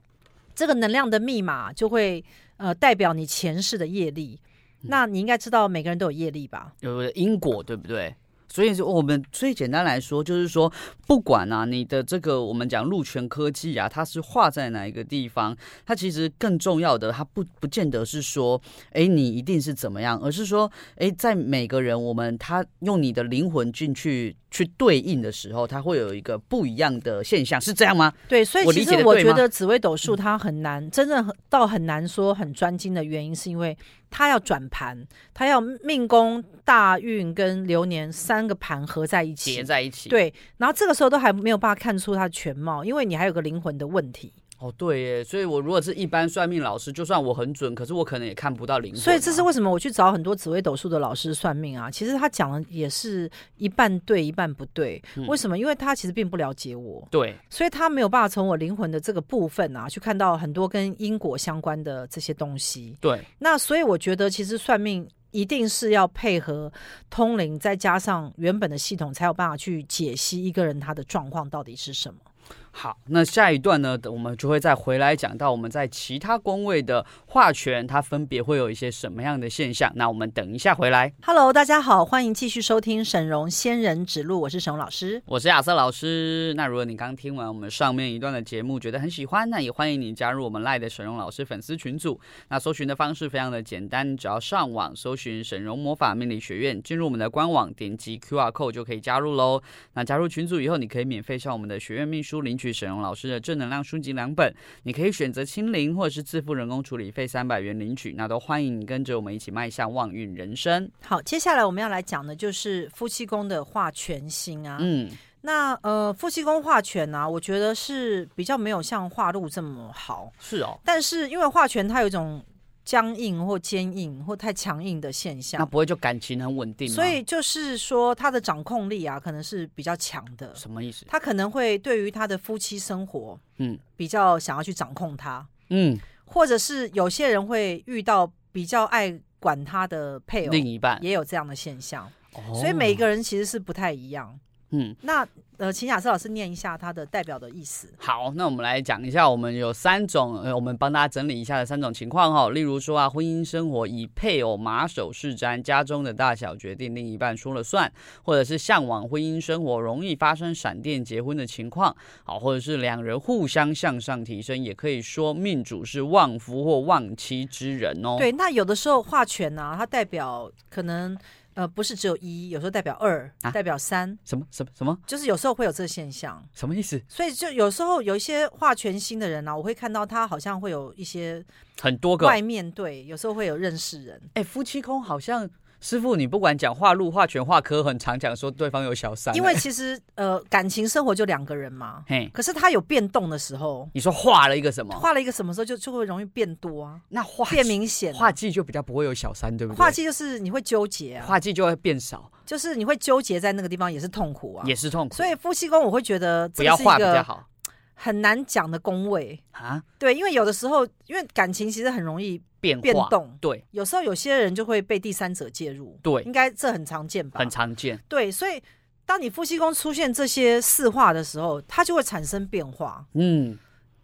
Speaker 1: 这个能量的密码就会呃代表你
Speaker 2: 嗯
Speaker 1: 前世的业力。那你应该知道每个人都有业力吧？
Speaker 2: 有因果，对不对？所以说我们最简单来说，就是说，不管啊你的这个我们讲路权科技啊，它是画在哪一个地方，它其实更重要的，它不不见得是说，哎，你一定是怎么样，而是说，哎，在每个人我们他用你的灵魂进去去对应的时候，它会有一个不一样的现象，是这样吗？
Speaker 1: 对，所以
Speaker 2: 我
Speaker 1: 其
Speaker 2: 理解
Speaker 1: 实
Speaker 2: 得
Speaker 1: 我
Speaker 2: 对
Speaker 1: 觉
Speaker 2: 吗嗯
Speaker 1: 得紫微斗数它很难，真正很到很难说很专精的原因，是因为它要转盘，它要命宫、大运跟流年三个盘合在一
Speaker 2: 结
Speaker 1: 起。
Speaker 2: 在一起，，
Speaker 1: 对，然后这个时候都还没有办法看出它的全貌，因为你还有个灵魂的问题，
Speaker 2: 哦对耶，所以我如果是一般算命老师，就算我很准，可是我可能也看不到灵魂啊、
Speaker 1: 所以这是为什么我去找很多紫微斗数的老师算命啊。其实他讲的也是一半对，一半不对。
Speaker 2: 嗯
Speaker 1: 为什么？因为他其实并不了解我，
Speaker 2: 对，
Speaker 1: 所以他没有办法从我灵魂的这个部分啊，去看到很多跟因果相关的这些东西。
Speaker 2: 对，
Speaker 1: 那所以我觉得，其实算命一定是要配合通灵，再加上原本的系统，才有办法去解析一个人他的状况到底是什么。
Speaker 2: 好，那下一段呢，我们就会再回来讲到我们在其他宫位的化权，它分别会有一些什么样的现象。那我们等一下回来，
Speaker 1: Hello，大家好，欢迎继续收听沈荣仙人指路，我是沈荣老师。
Speaker 2: 我是亚瑟老师。那如果你刚听完我们上面一段的节目，觉得很喜欢，那也欢迎你加入我们赖的沈荣老师粉丝群组。那搜寻的方式非常的简单，你只要上网搜寻沈荣魔法命理学院，进入我们的官网，点击 Q R code 就可以加入喽。那加入群组以后，你可以免费向我们的学院秘书领取沈荣老师的正能量书籍两本，你可以选择清零或者是自付人工处理费三百元领取，那都欢迎你跟着我们一起迈向旺运人生。
Speaker 1: 好，接下来我们要来讲的就是夫妻宫的化权星啊。
Speaker 2: 嗯，
Speaker 1: 那呃，夫妻宫化权啊，我觉得是比较没有像化禄这么好。
Speaker 2: 是哦，
Speaker 1: 但是因为化权它有一种僵硬或坚硬或太强硬的现
Speaker 2: 那
Speaker 1: 象，
Speaker 2: 不会就感情很稳定啊吗？
Speaker 1: 所以就是说它的掌控力啊，可能是比较强的。
Speaker 2: 什么意思？
Speaker 1: 他可能会对于他的夫妻生活，
Speaker 2: 嗯
Speaker 1: 嗯，比较想要去掌控他，
Speaker 2: 嗯，
Speaker 1: 或者是有些人会遇到比较爱管他的配偶，
Speaker 2: 另一半，
Speaker 1: 哦也有这样的现象。
Speaker 2: 哦
Speaker 1: 所以每一个人其实是不太一样。
Speaker 2: 嗯。
Speaker 1: 那呃，请雅思老师念一下他的代表的意思。
Speaker 2: 好，那我们来讲一下，我们有三种，呃，我们帮大家整理一下的三种情况哈、哦。例如说啊，婚姻生活以配偶马首是瞻，家中的大小决定另一半说了算，或者是向往婚姻生活容易发生闪电结婚的情况，好，或者是两人互相向上提升，也可以说命主是旺夫或旺妻之人哦。，
Speaker 1: 对，那有的时候化权呢、啊，它代表可能呃不是只有一，有时候代表二、
Speaker 2: 啊
Speaker 1: 代表三，
Speaker 2: 什么什么什么
Speaker 1: 就是有时候会有这个现象。
Speaker 2: 什么意思？
Speaker 1: 所以就有时候有一些化权星的人啊，我会看到他好像会有一些
Speaker 2: 很多个哦
Speaker 1: 外面对，有时候会有认识人。
Speaker 2: 哎，夫妻宫好像师傅，你不管讲话路、话权、话科，很常讲说对方有小三，啊
Speaker 1: 因为其实呃感情生活就两个人嘛，
Speaker 2: 嘿，
Speaker 1: 可是他有变动的时候，
Speaker 2: 你说画了一个什么？
Speaker 1: 画了一个什么时候就就会容易变多啊，
Speaker 2: 那哦画
Speaker 1: 变明显啊。
Speaker 2: 画技就比较不会有小三，对不对？
Speaker 1: 化忌就是你会纠结啊，
Speaker 2: 画技就会变少，
Speaker 1: 就是你会纠结在那个地方也是痛苦啊。
Speaker 2: 也是痛苦，
Speaker 1: 所以夫妻宫我会觉得
Speaker 2: 不
Speaker 1: 这
Speaker 2: 要
Speaker 1: 个是一
Speaker 2: 画比较
Speaker 1: 个
Speaker 2: 好
Speaker 1: 很难讲的宫位。
Speaker 2: 啊。
Speaker 1: 对，因为有的时候，因为感情其实很容易
Speaker 2: 变化
Speaker 1: 变动，
Speaker 2: 对
Speaker 1: 有时候有些人就会被第三者介入，
Speaker 2: 对，
Speaker 1: 应该这很常见吧？
Speaker 2: 很常见。
Speaker 1: 对，所以当你夫妻宫出现这些四化的时候，它就会产生变化，
Speaker 2: 嗯，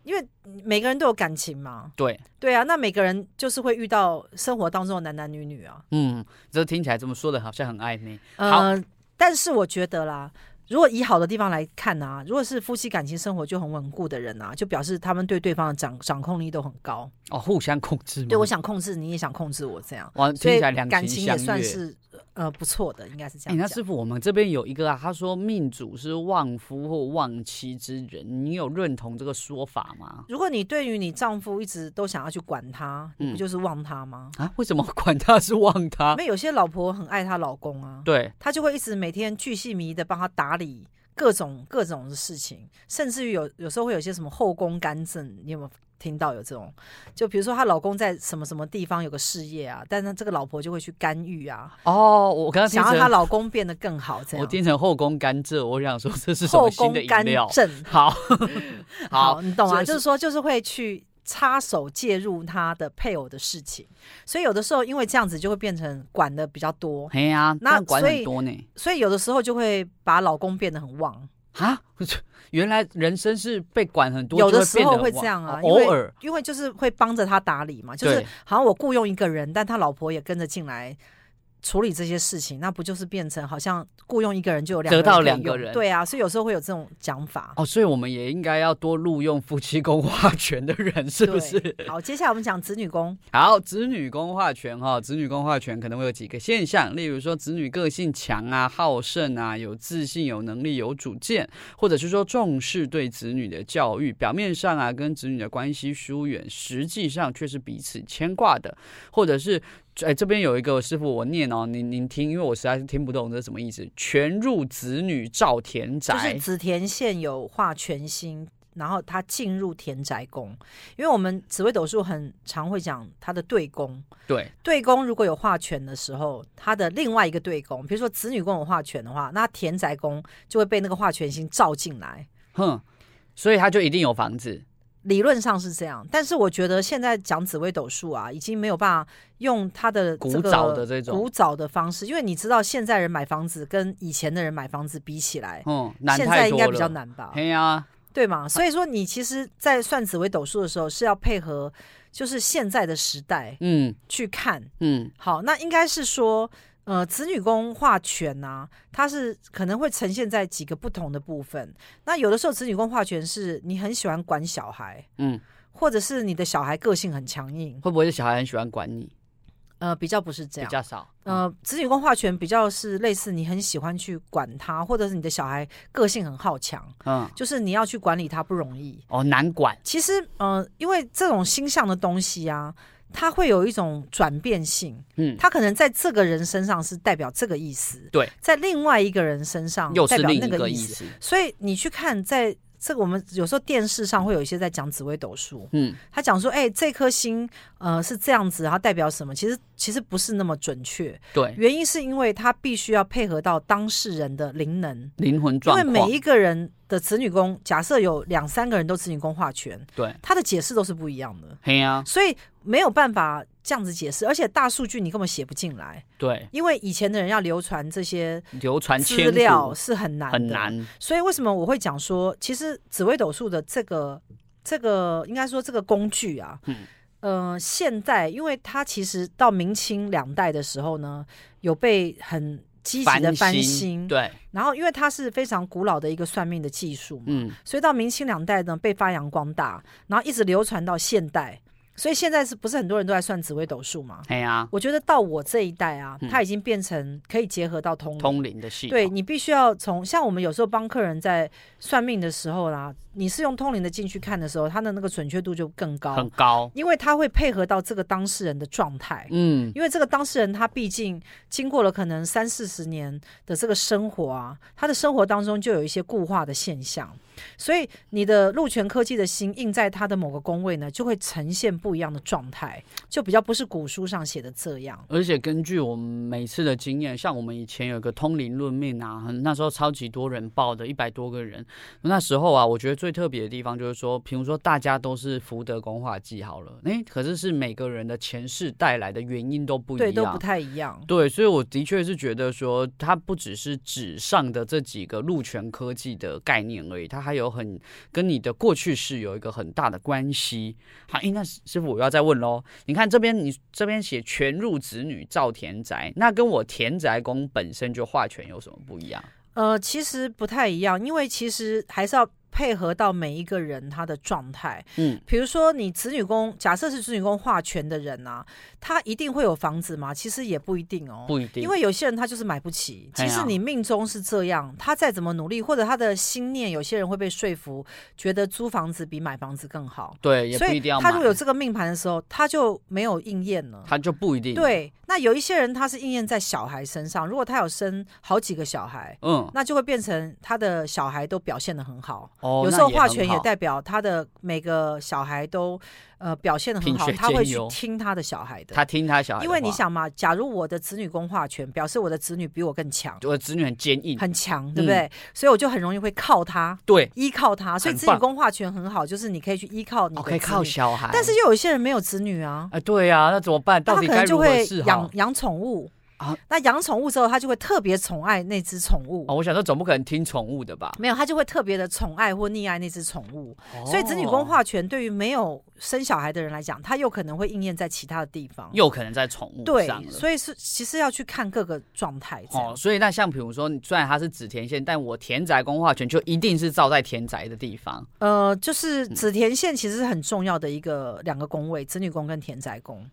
Speaker 1: 因为每个人都有感情嘛。
Speaker 2: 对，
Speaker 1: 对啊，那每个人就是会遇到生活当中的男男女女啊。
Speaker 2: 嗯，这听起来这么说的好像很暧昧。
Speaker 1: 呃，但是我觉得啦。如果以好的地方来看啊，如果是夫妻感情生活就很稳固的人啊，就表示他们对对方的掌掌控力都很高。
Speaker 2: 哦，互相控制吗？
Speaker 1: 对我想控制你，也想控制我，这样，
Speaker 2: 哇，
Speaker 1: 所
Speaker 2: 嗯听
Speaker 1: 以
Speaker 2: 起来两
Speaker 1: 感情
Speaker 2: 情相
Speaker 1: 也
Speaker 2: 悦。
Speaker 1: 算是呃不错的，应该是这
Speaker 2: 哎、
Speaker 1: 样
Speaker 2: 那
Speaker 1: 讲。
Speaker 2: 师傅，我们这边有一个啊，他说命主是旺夫或旺妻之人，你有认同这个说法吗？
Speaker 1: 如果你对于你丈夫一直都想要去管他，你
Speaker 2: 嗯
Speaker 1: 不就是忘他吗？
Speaker 2: 啊，为什么管他是旺他？
Speaker 1: 因为有些老婆很爱她老公啊，
Speaker 2: 对，
Speaker 1: 她就会一直每天巨细靡遗的帮他打理各种各种的事情，甚至于有有时候会有些什么后宫干政，你有没有听到有这种？就比如说她老公在什么什么地方有个事业啊，但是这个老婆就会去干预啊，
Speaker 2: 哦，我刚刚听
Speaker 1: 想要她
Speaker 2: 成
Speaker 1: 老公变得更好，这
Speaker 2: 我
Speaker 1: 样
Speaker 2: 听成后宫甘蔗，我想说这是什么
Speaker 1: 后
Speaker 2: 新
Speaker 1: 宫
Speaker 2: 的饮
Speaker 1: 干
Speaker 2: 料？
Speaker 1: 政，
Speaker 2: 好好，
Speaker 1: 你懂
Speaker 2: 这
Speaker 1: 啊？
Speaker 2: 是
Speaker 1: 就是说，就是会去。插手介入她的配偶的事情，所以有的时候因为这样子就会变成管的比较多，
Speaker 2: 嘿呀、
Speaker 1: 那
Speaker 2: 那管
Speaker 1: 所
Speaker 2: 很
Speaker 1: 以
Speaker 2: 多呢
Speaker 1: 所以有的时候就会把老公变得很旺。
Speaker 2: 啊！ 原来人生是被管很多，
Speaker 1: 有
Speaker 2: 就
Speaker 1: 的
Speaker 2: 会
Speaker 1: 时
Speaker 2: 变得
Speaker 1: 候
Speaker 2: 很
Speaker 1: 会
Speaker 2: 旺
Speaker 1: 这样啊
Speaker 2: 哦，
Speaker 1: 因为
Speaker 2: 偶尔
Speaker 1: 因为就是会帮着他打理嘛，就是
Speaker 2: 对
Speaker 1: 好像我雇佣一个人，但他老婆也跟着进来处理这些事情，那不就是变成好像雇佣一个人就有两
Speaker 2: 得到两
Speaker 1: 个人
Speaker 2: 个
Speaker 1: 可以用
Speaker 2: 人
Speaker 1: 对啊，所以有时候会有这种讲法。
Speaker 2: 哦，所以我们也应该要多录用夫妻宫化权的人，是不是？
Speaker 1: 对好，接下来我们讲子女宫。
Speaker 2: 好，子女宫化权哈，子女宫化权可能会有几个现象，例如说子女个性强啊、好胜啊、有自信、有能力、有主见，或者是说重视对子女的教育，表面上啊跟子女的关系疏远，实际上却是彼此牵挂的，或者是。哎，这边有一个师傅，我念哦，您您听，因为我实在是听不懂这是什么意思。全入子女照田宅，
Speaker 1: 就是紫田县有画全星，然后他进入田宅宫，因为我们紫微斗数很常会讲他的对宫，
Speaker 2: 对，
Speaker 1: 对宫如果有画权的时候，他的另外一个对宫，比如说子女宫有画权的话，那田宅宫就会被那个画权星照进来。
Speaker 2: 哼，所以他就一定有房子。
Speaker 1: 理论上是这样，但是我觉得现在讲紫微斗数啊，已经没有办法用它的、这个、
Speaker 2: 古早的这种
Speaker 1: 古早的方式，因为你知道现在人买房子跟以前的人买房子比起来，
Speaker 2: 嗯，难
Speaker 1: 现
Speaker 2: 太
Speaker 1: 在应
Speaker 2: 多
Speaker 1: 该
Speaker 2: 了。
Speaker 1: 比较难吧？
Speaker 2: 嘿呀、啊，
Speaker 1: 对嘛？所以说，你其实，在算紫微斗数的时候，是要配合就是现在的时代
Speaker 2: 嗯
Speaker 1: 去看。
Speaker 2: 嗯，
Speaker 1: 好，那应该是说，呃，子女宫化权呐、它是可能会呈现在几个不同的部分。那有的时候，子女宫化权是你很喜欢管小孩，
Speaker 2: 嗯，
Speaker 1: 或者是你的小孩个性很强硬，
Speaker 2: 会不会是小孩很喜欢管你？
Speaker 1: 呃，比较不是这
Speaker 2: 比
Speaker 1: 样。
Speaker 2: 较少。嗯，
Speaker 1: 呃，子女宫化权比较是类似你很喜欢去管他，或者是你的小孩个性很好强，
Speaker 2: 嗯
Speaker 1: 就是你要去管理他不容易。
Speaker 2: 哦，难管。
Speaker 1: 其实，嗯、因为这种星象的东西啊，它会有一种转变性，
Speaker 2: 嗯，
Speaker 1: 它可能在这个人身上是代表这个意思，
Speaker 2: 对，
Speaker 1: 在另外一个人身上
Speaker 2: 又是
Speaker 1: 哦代表
Speaker 2: 另
Speaker 1: 那
Speaker 2: 一
Speaker 1: 个
Speaker 2: 个
Speaker 1: 意
Speaker 2: 意
Speaker 1: 思。
Speaker 2: 思。
Speaker 1: 所以你去看，在这个我们有时候电视上会有一些在讲紫微斗数，
Speaker 2: 嗯，
Speaker 1: 他讲说，哎、这颗星，呃，是这样子，它代表什么？其实其实不是那么准确，
Speaker 2: 对，
Speaker 1: 原因是因为它必须要配合到当事人的灵能。
Speaker 2: 灵魂
Speaker 1: 因为
Speaker 2: 状
Speaker 1: 每
Speaker 2: 况。
Speaker 1: 一个人的子女宫，假设有两三个人都子女宫化权，
Speaker 2: 对，
Speaker 1: 他的解释都是不一样的，
Speaker 2: 嘿呀、啊，
Speaker 1: 所以没有办法这样子解释。而且大数据你根本写不进来，
Speaker 2: 对，
Speaker 1: 因为以前的人要流传这些
Speaker 2: 流传
Speaker 1: 资
Speaker 2: 千
Speaker 1: 料
Speaker 2: 古
Speaker 1: 是很难的，
Speaker 2: 很。难。
Speaker 1: 所以为什么我会讲说，其实紫微斗数的这个这个应该说这个工具啊，
Speaker 2: 嗯
Speaker 1: 呃，现代因为它其实到明清两代的时候呢，有被很积极的翻新，
Speaker 2: 对，
Speaker 1: 然后因为它是非常古老的一个算命的技术嘛，
Speaker 2: 嗯，
Speaker 1: 所以到明清两代呢被发扬光大，然后一直流传到现代。所以现在是不是很多人都在算紫微斗数嘛？
Speaker 2: 嘿呀、啊，
Speaker 1: 我觉得到我这一代啊，
Speaker 2: 嗯
Speaker 1: 它已经变成可以结合到通灵。
Speaker 2: 通灵的系
Speaker 1: 对
Speaker 2: 统。
Speaker 1: 你必须要从像我们有时候帮客人在算命的时候啦，你是用通灵的进去看的时候，它的那个准确度就更
Speaker 2: 很
Speaker 1: 高，
Speaker 2: 高。
Speaker 1: 因为它会配合到这个当事人的状态。
Speaker 2: 嗯，
Speaker 1: 因为这个当事人他毕竟经过了可能三四十年的这个生活啊，他的生活当中就有一些固化的现象，所以你的鹿泉科技的心印在他的某个宫位呢，就会呈现不一样的状态，就比较不是古书上写的这样。
Speaker 2: 而且根据我们每次的经验，像我们以前有个通灵论命啊，很那时候超级多人报的，一百多个人。那时候啊，我觉得最特别的地方就是说，比如说大家都是福德宫化忌好了，诶，可是是每个人的前世带来的原因都不一
Speaker 1: 对，
Speaker 2: 样，
Speaker 1: 都不太一样。
Speaker 2: 对，所以我的确是觉得说，它不只是纸上的这几个陆权科技的概念而已，它还有很跟你的过去式有一个很大的关系。好，诶，那师傅我要再问喽，你看这边你这边写全入子女造田宅，那跟我田宅宫本身就化权有什么不一样？
Speaker 1: 呃，其实不太一样，因为其实还是要配合到每一个人他的状态。
Speaker 2: 嗯，
Speaker 1: 比如说，你子女宫，假设是子女宫化权的人啊，他一定会有房子吗？其实也不一定哦。
Speaker 2: 不一定，
Speaker 1: 因为有些人他就是买不起，
Speaker 2: 哎
Speaker 1: 即
Speaker 2: 呀
Speaker 1: 使你命中是这样，他再怎么努力，或者他的心念，有些人会被说服，觉得租房子比买房子更好，
Speaker 2: 对也
Speaker 1: 所
Speaker 2: 不
Speaker 1: 以
Speaker 2: 一定要
Speaker 1: 他如果有
Speaker 2: 买，
Speaker 1: 这个命盘的时候，他就没有应验了。
Speaker 2: 他就不一定，
Speaker 1: 对，那有一些人他是应验在小孩身上，如果他有生好几个小孩，
Speaker 2: 嗯，
Speaker 1: 那就会变成他的小孩都表现得很好。
Speaker 2: 哦，
Speaker 1: 有时
Speaker 2: 那
Speaker 1: 候
Speaker 2: 也
Speaker 1: 化
Speaker 2: 很
Speaker 1: 权也
Speaker 2: 好
Speaker 1: 代表他的每个小孩都呃表现得很
Speaker 2: 品
Speaker 1: 好，
Speaker 2: 学
Speaker 1: 他会
Speaker 2: 兼
Speaker 1: 去
Speaker 2: 优
Speaker 1: 听他的小孩的。
Speaker 2: 他听他小孩的
Speaker 1: 因
Speaker 2: 话，
Speaker 1: 为你想嘛，假如我的子女宫化权，表示我的子女比我更强，
Speaker 2: 我的子女很坚硬，
Speaker 1: 很强，
Speaker 2: 嗯
Speaker 1: 对不对？所以我就很容易会靠他，
Speaker 2: 对，
Speaker 1: 依靠他。所以
Speaker 2: 很
Speaker 1: 子女
Speaker 2: 棒
Speaker 1: 宫化权很好，就是你可以去依靠你的
Speaker 2: 哦，可以
Speaker 1: 子
Speaker 2: 靠
Speaker 1: 女
Speaker 2: 小孩，
Speaker 1: 但是又有一些人没有子女啊，
Speaker 2: 哎，对呀、那怎么办？
Speaker 1: 那
Speaker 2: 到
Speaker 1: 他
Speaker 2: 底
Speaker 1: 可
Speaker 2: 该
Speaker 1: 能就
Speaker 2: 如何
Speaker 1: 会
Speaker 2: 是好
Speaker 1: 养？养宠物，
Speaker 2: 啊
Speaker 1: 那养宠物之后，他就会特别宠爱那只宠物。
Speaker 2: 哦，我想说总不可能听宠物的吧？
Speaker 1: 没有，他就会特别的宠爱或溺爱那只宠物，所以子女宫
Speaker 2: 哦
Speaker 1: 化权对于没有生小孩的人来讲，他有可能会应验在其他的地方。
Speaker 2: 又可能在宠物
Speaker 1: 对
Speaker 2: 上，了。
Speaker 1: 所以是其实要去看各个状态这样。
Speaker 2: 哦，所以那像比如说，虽然它是紫田县，但我田宅公化权就一定是照在田宅的地方。
Speaker 1: 呃，就是
Speaker 2: 嗯
Speaker 1: 紫田线其实是很重要的一个两个宫位，子女宫跟田宅宫。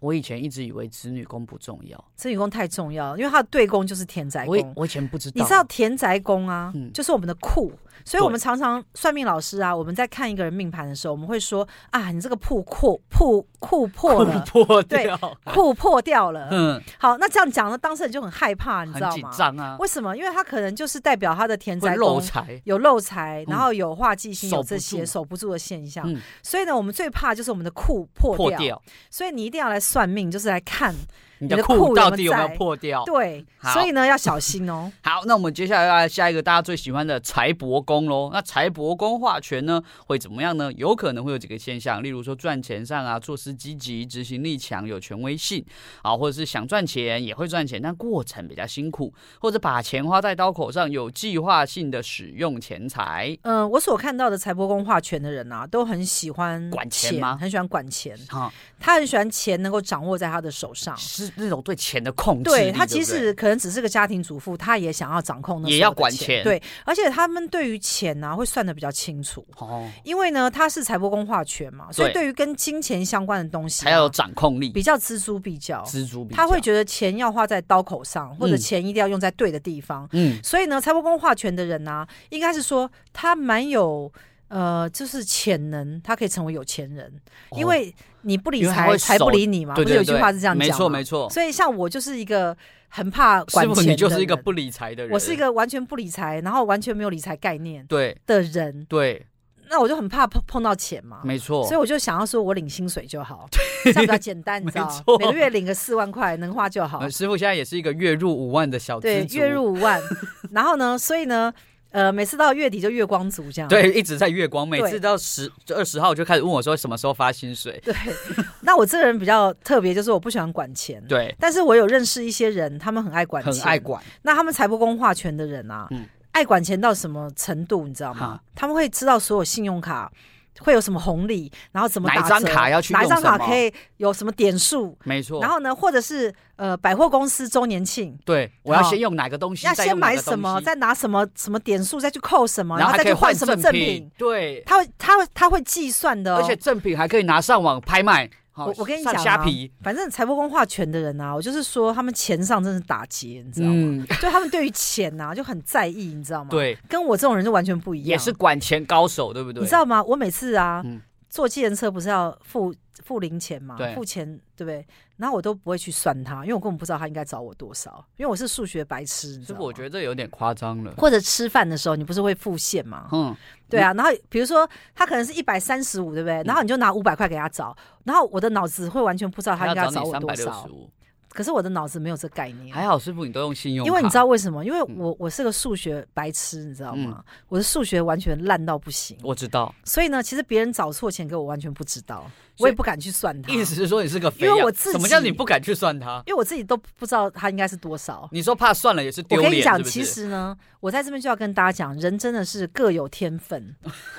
Speaker 2: 我以前一直以为子女宫不重要，
Speaker 1: 子女宫太重要了，因为它的对宫就是田宅
Speaker 2: 我以
Speaker 1: 宫。
Speaker 2: 我以前不知道。
Speaker 1: 你知 道田宅宫啊，
Speaker 2: 嗯
Speaker 1: 就是我们的库，所以我们
Speaker 2: 对
Speaker 1: 常常算命老师啊，我们在看一个人命盘的时候，我们会说啊，你这个库破库库破了，
Speaker 2: 不破
Speaker 1: 对
Speaker 2: 掉，
Speaker 1: 库破掉了。
Speaker 2: 嗯，
Speaker 1: 好，那这样讲呢，当事人就很害怕，你知
Speaker 2: 很
Speaker 1: 道
Speaker 2: 紧
Speaker 1: 吗？
Speaker 2: 张啊，
Speaker 1: 为什么？因为他可能就是代表他的田
Speaker 2: 会
Speaker 1: 宅
Speaker 2: 漏
Speaker 1: 宫
Speaker 2: 财。嗯
Speaker 1: 有漏财，然后有化忌星，
Speaker 2: 守
Speaker 1: 有
Speaker 2: 不
Speaker 1: 这些
Speaker 2: 住
Speaker 1: 守不住的现象。
Speaker 2: 嗯，
Speaker 1: 所以呢，我们最怕就是我们的库破
Speaker 2: 破
Speaker 1: 掉，
Speaker 2: 掉，
Speaker 1: 所以你一定要来算命，就是来看。
Speaker 2: 你
Speaker 1: 的
Speaker 2: 的
Speaker 1: 裤有
Speaker 2: 裤
Speaker 1: 没
Speaker 2: 到
Speaker 1: 有
Speaker 2: 底有没有
Speaker 1: 在
Speaker 2: 破掉？
Speaker 1: 对，
Speaker 2: 好
Speaker 1: 所以呢要小心哦。
Speaker 2: 好，那我们接下来要来下一个大家最喜欢的财帛宫喽。那财帛宫化权呢会怎么样呢？有可能会有几个现象，例如说赚钱上啊，做事积极，执行力强，有权威性啊，或者是想赚钱也会赚钱，但过程比较辛苦，或者把钱花在刀口上，有计划性的使用钱财。
Speaker 1: 嗯、我所看到的财帛宫化权的人啊，都很喜欢
Speaker 2: 管钱吗
Speaker 1: 很喜欢管钱，
Speaker 2: 啊，
Speaker 1: 他很喜欢钱能够掌握在他的手上。
Speaker 2: 是那种对钱的控制力。
Speaker 1: 对
Speaker 2: 对
Speaker 1: 他
Speaker 2: 不
Speaker 1: 即
Speaker 2: 对
Speaker 1: 使可能只是个家庭主妇，他也想要掌控那
Speaker 2: 也
Speaker 1: 所有
Speaker 2: 要
Speaker 1: 的
Speaker 2: 管钱
Speaker 1: 钱。对，而且他们对于钱呢、啊、会算的比较清楚，
Speaker 2: 哦，
Speaker 1: 因为呢他是财帛宫化权嘛，所以
Speaker 2: 对
Speaker 1: 对于跟金钱相关的东西、
Speaker 2: 才要有掌控力，
Speaker 1: 啊比较锱铢必较。
Speaker 2: 蜘蛛比
Speaker 1: 他会
Speaker 2: 较
Speaker 1: 觉得钱要花在刀口上，或者
Speaker 2: 嗯
Speaker 1: 钱一定要用在对的地方。
Speaker 2: 嗯，
Speaker 1: 所以呢，财帛宫化权的人呢、应该是说他蛮有呃，就是潜能，他可以成为有钱人，因
Speaker 2: 哦
Speaker 1: 为你不理
Speaker 2: 因为他会
Speaker 1: 财，财
Speaker 2: 守
Speaker 1: 不理你嘛。
Speaker 2: 哦对对
Speaker 1: 不是有
Speaker 2: 对
Speaker 1: 句话是这样讲
Speaker 2: 没错
Speaker 1: 吗
Speaker 2: 没错。
Speaker 1: 所以像我就是一个很怕管钱
Speaker 2: 师傅，
Speaker 1: 的
Speaker 2: 你就是一个
Speaker 1: 人
Speaker 2: 不理财的人。
Speaker 1: 我是一个完全不理财，然后完全没有理财概念
Speaker 2: 对
Speaker 1: 的人，
Speaker 2: 对，
Speaker 1: 那我就很怕碰碰到钱嘛。
Speaker 2: 没错。
Speaker 1: 啊所以我就想要说，我领薪水就 好，这样比较简单，你知道
Speaker 2: 没错
Speaker 1: 每个月领个四万块，能花就好
Speaker 2: 呃。师傅现在也是一个月入五万的小
Speaker 1: 对
Speaker 2: 资，族
Speaker 1: 月入五万。 然后呢，所以呢，呃，每次到月底就月光族这样。
Speaker 2: 对一直在月光，每
Speaker 1: 对
Speaker 2: 次到十二十号就开始问我说什么时候发薪水。
Speaker 1: 对， 那我这个人比较特别，就是我不喜欢管钱。
Speaker 2: 对，
Speaker 1: 但是我有认识一些人，他们很爱管钱，
Speaker 2: 很爱。管，
Speaker 1: 那他们财帛宫化权的人啊，
Speaker 2: 嗯
Speaker 1: 爱管钱到什么程度，你知道吗
Speaker 2: 哈？
Speaker 1: 他们会知道所有信用卡会有什么红利，然后怎么
Speaker 2: 哪一
Speaker 1: 打折
Speaker 2: 张卡要去
Speaker 1: 哪一
Speaker 2: 用
Speaker 1: 张卡
Speaker 2: 什么
Speaker 1: 可以有什么点数，
Speaker 2: 没错。
Speaker 1: 然后呢，或者是呃百货公司周年庆。
Speaker 2: 对，我要
Speaker 1: 好
Speaker 2: 先用哪个东西，
Speaker 1: 要
Speaker 2: 再
Speaker 1: 先
Speaker 2: 用哪
Speaker 1: 买
Speaker 2: 个东
Speaker 1: 什么，
Speaker 2: 西
Speaker 1: 再拿什么什么点数，再去扣什么，
Speaker 2: 然后还
Speaker 1: 再
Speaker 2: 可以
Speaker 1: 去换什么
Speaker 2: 赠
Speaker 1: 赠品。
Speaker 2: 对，
Speaker 1: 他会，他会，他会计算的、哦。
Speaker 2: 而且赠品还可以拿上网拍卖。好
Speaker 1: 我我跟你
Speaker 2: 上
Speaker 1: 讲啊
Speaker 2: 虾皮，
Speaker 1: 反正财帛宫化权的人啊，我就是说他们钱上真是打结，你知道吗？
Speaker 2: 嗯，
Speaker 1: 就他们对于钱呐、就很在意，你知道吗？，
Speaker 2: 对，
Speaker 1: 跟我这种人就完全不一样。
Speaker 2: 也是，管钱高手，对不对？
Speaker 1: 你知道吗？我每次啊，
Speaker 2: 嗯
Speaker 1: 坐计程车不是要付付零钱嘛
Speaker 2: 对，
Speaker 1: 付钱对不对？然后我都不会去算它，因为我根本不知道他应该找我多少，因为我是数学白痴，你知
Speaker 2: 师
Speaker 1: 道
Speaker 2: 傅，
Speaker 1: 吗？
Speaker 2: 我觉得这有点夸张了。
Speaker 1: 或者吃饭的时候，你不是会付现吗？
Speaker 2: 嗯，嗯
Speaker 1: 对啊，然后比如说他可能是一百三十五，对不对？然后你就拿五百块给他找，然后我的脑子会完全不知道他
Speaker 2: 还要
Speaker 1: 应该
Speaker 2: 找你
Speaker 1: 我
Speaker 2: 三百
Speaker 1: 多
Speaker 2: 六
Speaker 1: 少
Speaker 2: 十，五，
Speaker 1: 可是我的脑子没有这概念。
Speaker 2: 还好师傅你都用信用卡，
Speaker 1: 因为你知道为什么？因为
Speaker 2: 嗯
Speaker 1: 我我是个数学白痴，你知道吗？我的数学完全烂到不行，
Speaker 2: 我知道，
Speaker 1: 所以呢，其实别人找错钱给我完全不知道，
Speaker 2: 所以
Speaker 1: 我也不敢去算它，
Speaker 2: 意思
Speaker 1: 因
Speaker 2: 是说你是个肥
Speaker 1: 因为
Speaker 2: 羊
Speaker 1: 我自己
Speaker 2: 什么叫你不敢去算它？
Speaker 1: 为我自己都不知道它应该是多少。
Speaker 2: 你说怕算了也是
Speaker 1: 我
Speaker 2: 丢
Speaker 1: 跟
Speaker 2: 脸，
Speaker 1: 你讲
Speaker 2: 是，不是
Speaker 1: 其实呢，我在这边就要跟大家讲，人真的是各有天 分。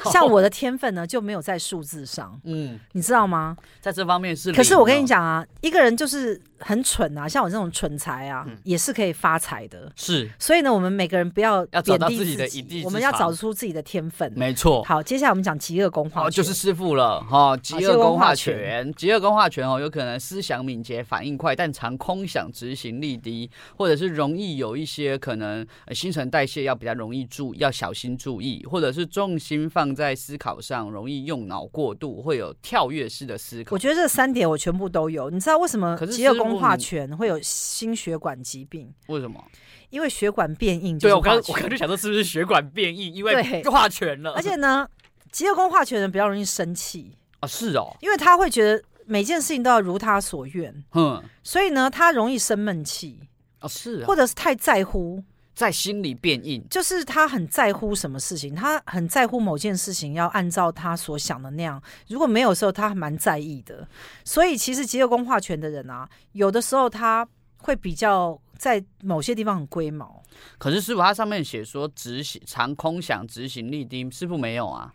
Speaker 1: 像我的天分呢，就没有在数字上，
Speaker 2: 嗯，
Speaker 1: 你知道吗？
Speaker 2: 在这方面是。
Speaker 1: 可是我跟你，讲啊，一个人就是很蠢啊，像我这种蠢材啊，
Speaker 2: 嗯
Speaker 1: 也是可以发财的。
Speaker 2: 是
Speaker 1: 所以呢，我们每个人不要
Speaker 2: 要
Speaker 1: 贬
Speaker 2: 找到
Speaker 1: 低
Speaker 2: 自己的一技之
Speaker 1: 我们要
Speaker 2: 长
Speaker 1: 找出自己的天分。
Speaker 2: 没错。
Speaker 1: 好，接下来我们讲极恶宫化
Speaker 2: 哦，
Speaker 1: 权，
Speaker 2: 就是师傅了哈，极恶宫化权，极恶宫化权哦，有可能思想敏捷、反应快，但常空想、执行力低，或者是容易有一些可能、呃新陈代谢要比较容易注意，要小心注意，或者是重心放在思考上，容易用脑过度，会有跳跃式的思考
Speaker 1: 我。觉得这三点我全部都有。你知道为什么
Speaker 2: 可是
Speaker 1: 极恶
Speaker 2: 师
Speaker 1: 宫
Speaker 2: 傅
Speaker 1: 化
Speaker 2: 你
Speaker 1: 权会有心血管疾病？
Speaker 2: 为什么？
Speaker 1: 因为血管变硬就
Speaker 2: 对
Speaker 1: 是
Speaker 2: 我刚
Speaker 1: 化
Speaker 2: 我刚就
Speaker 1: 权，
Speaker 2: 想说是不是血管变硬，因为
Speaker 1: 对
Speaker 2: 化权了，
Speaker 1: 而 且呢，极恶宫化权的人比较容易生气，
Speaker 2: 啊是哦，
Speaker 1: 因为他会觉得每件事情都要如他所愿，
Speaker 2: 哼。
Speaker 1: 所以呢，他容易生闷气，
Speaker 2: 哦，是啊
Speaker 1: 或，者是太在乎。
Speaker 2: 在心里变硬，
Speaker 1: 就是他很在乎什么事情，他很在乎某件事情要按照他所想的那样。如果没有的时候，他还蛮在意的。所以其实极恶宫化权的人啊，有的时候他会比较在某些地方很龟毛。
Speaker 2: 可是师傅他上面写说执行长空想执行力低，师傅没有啊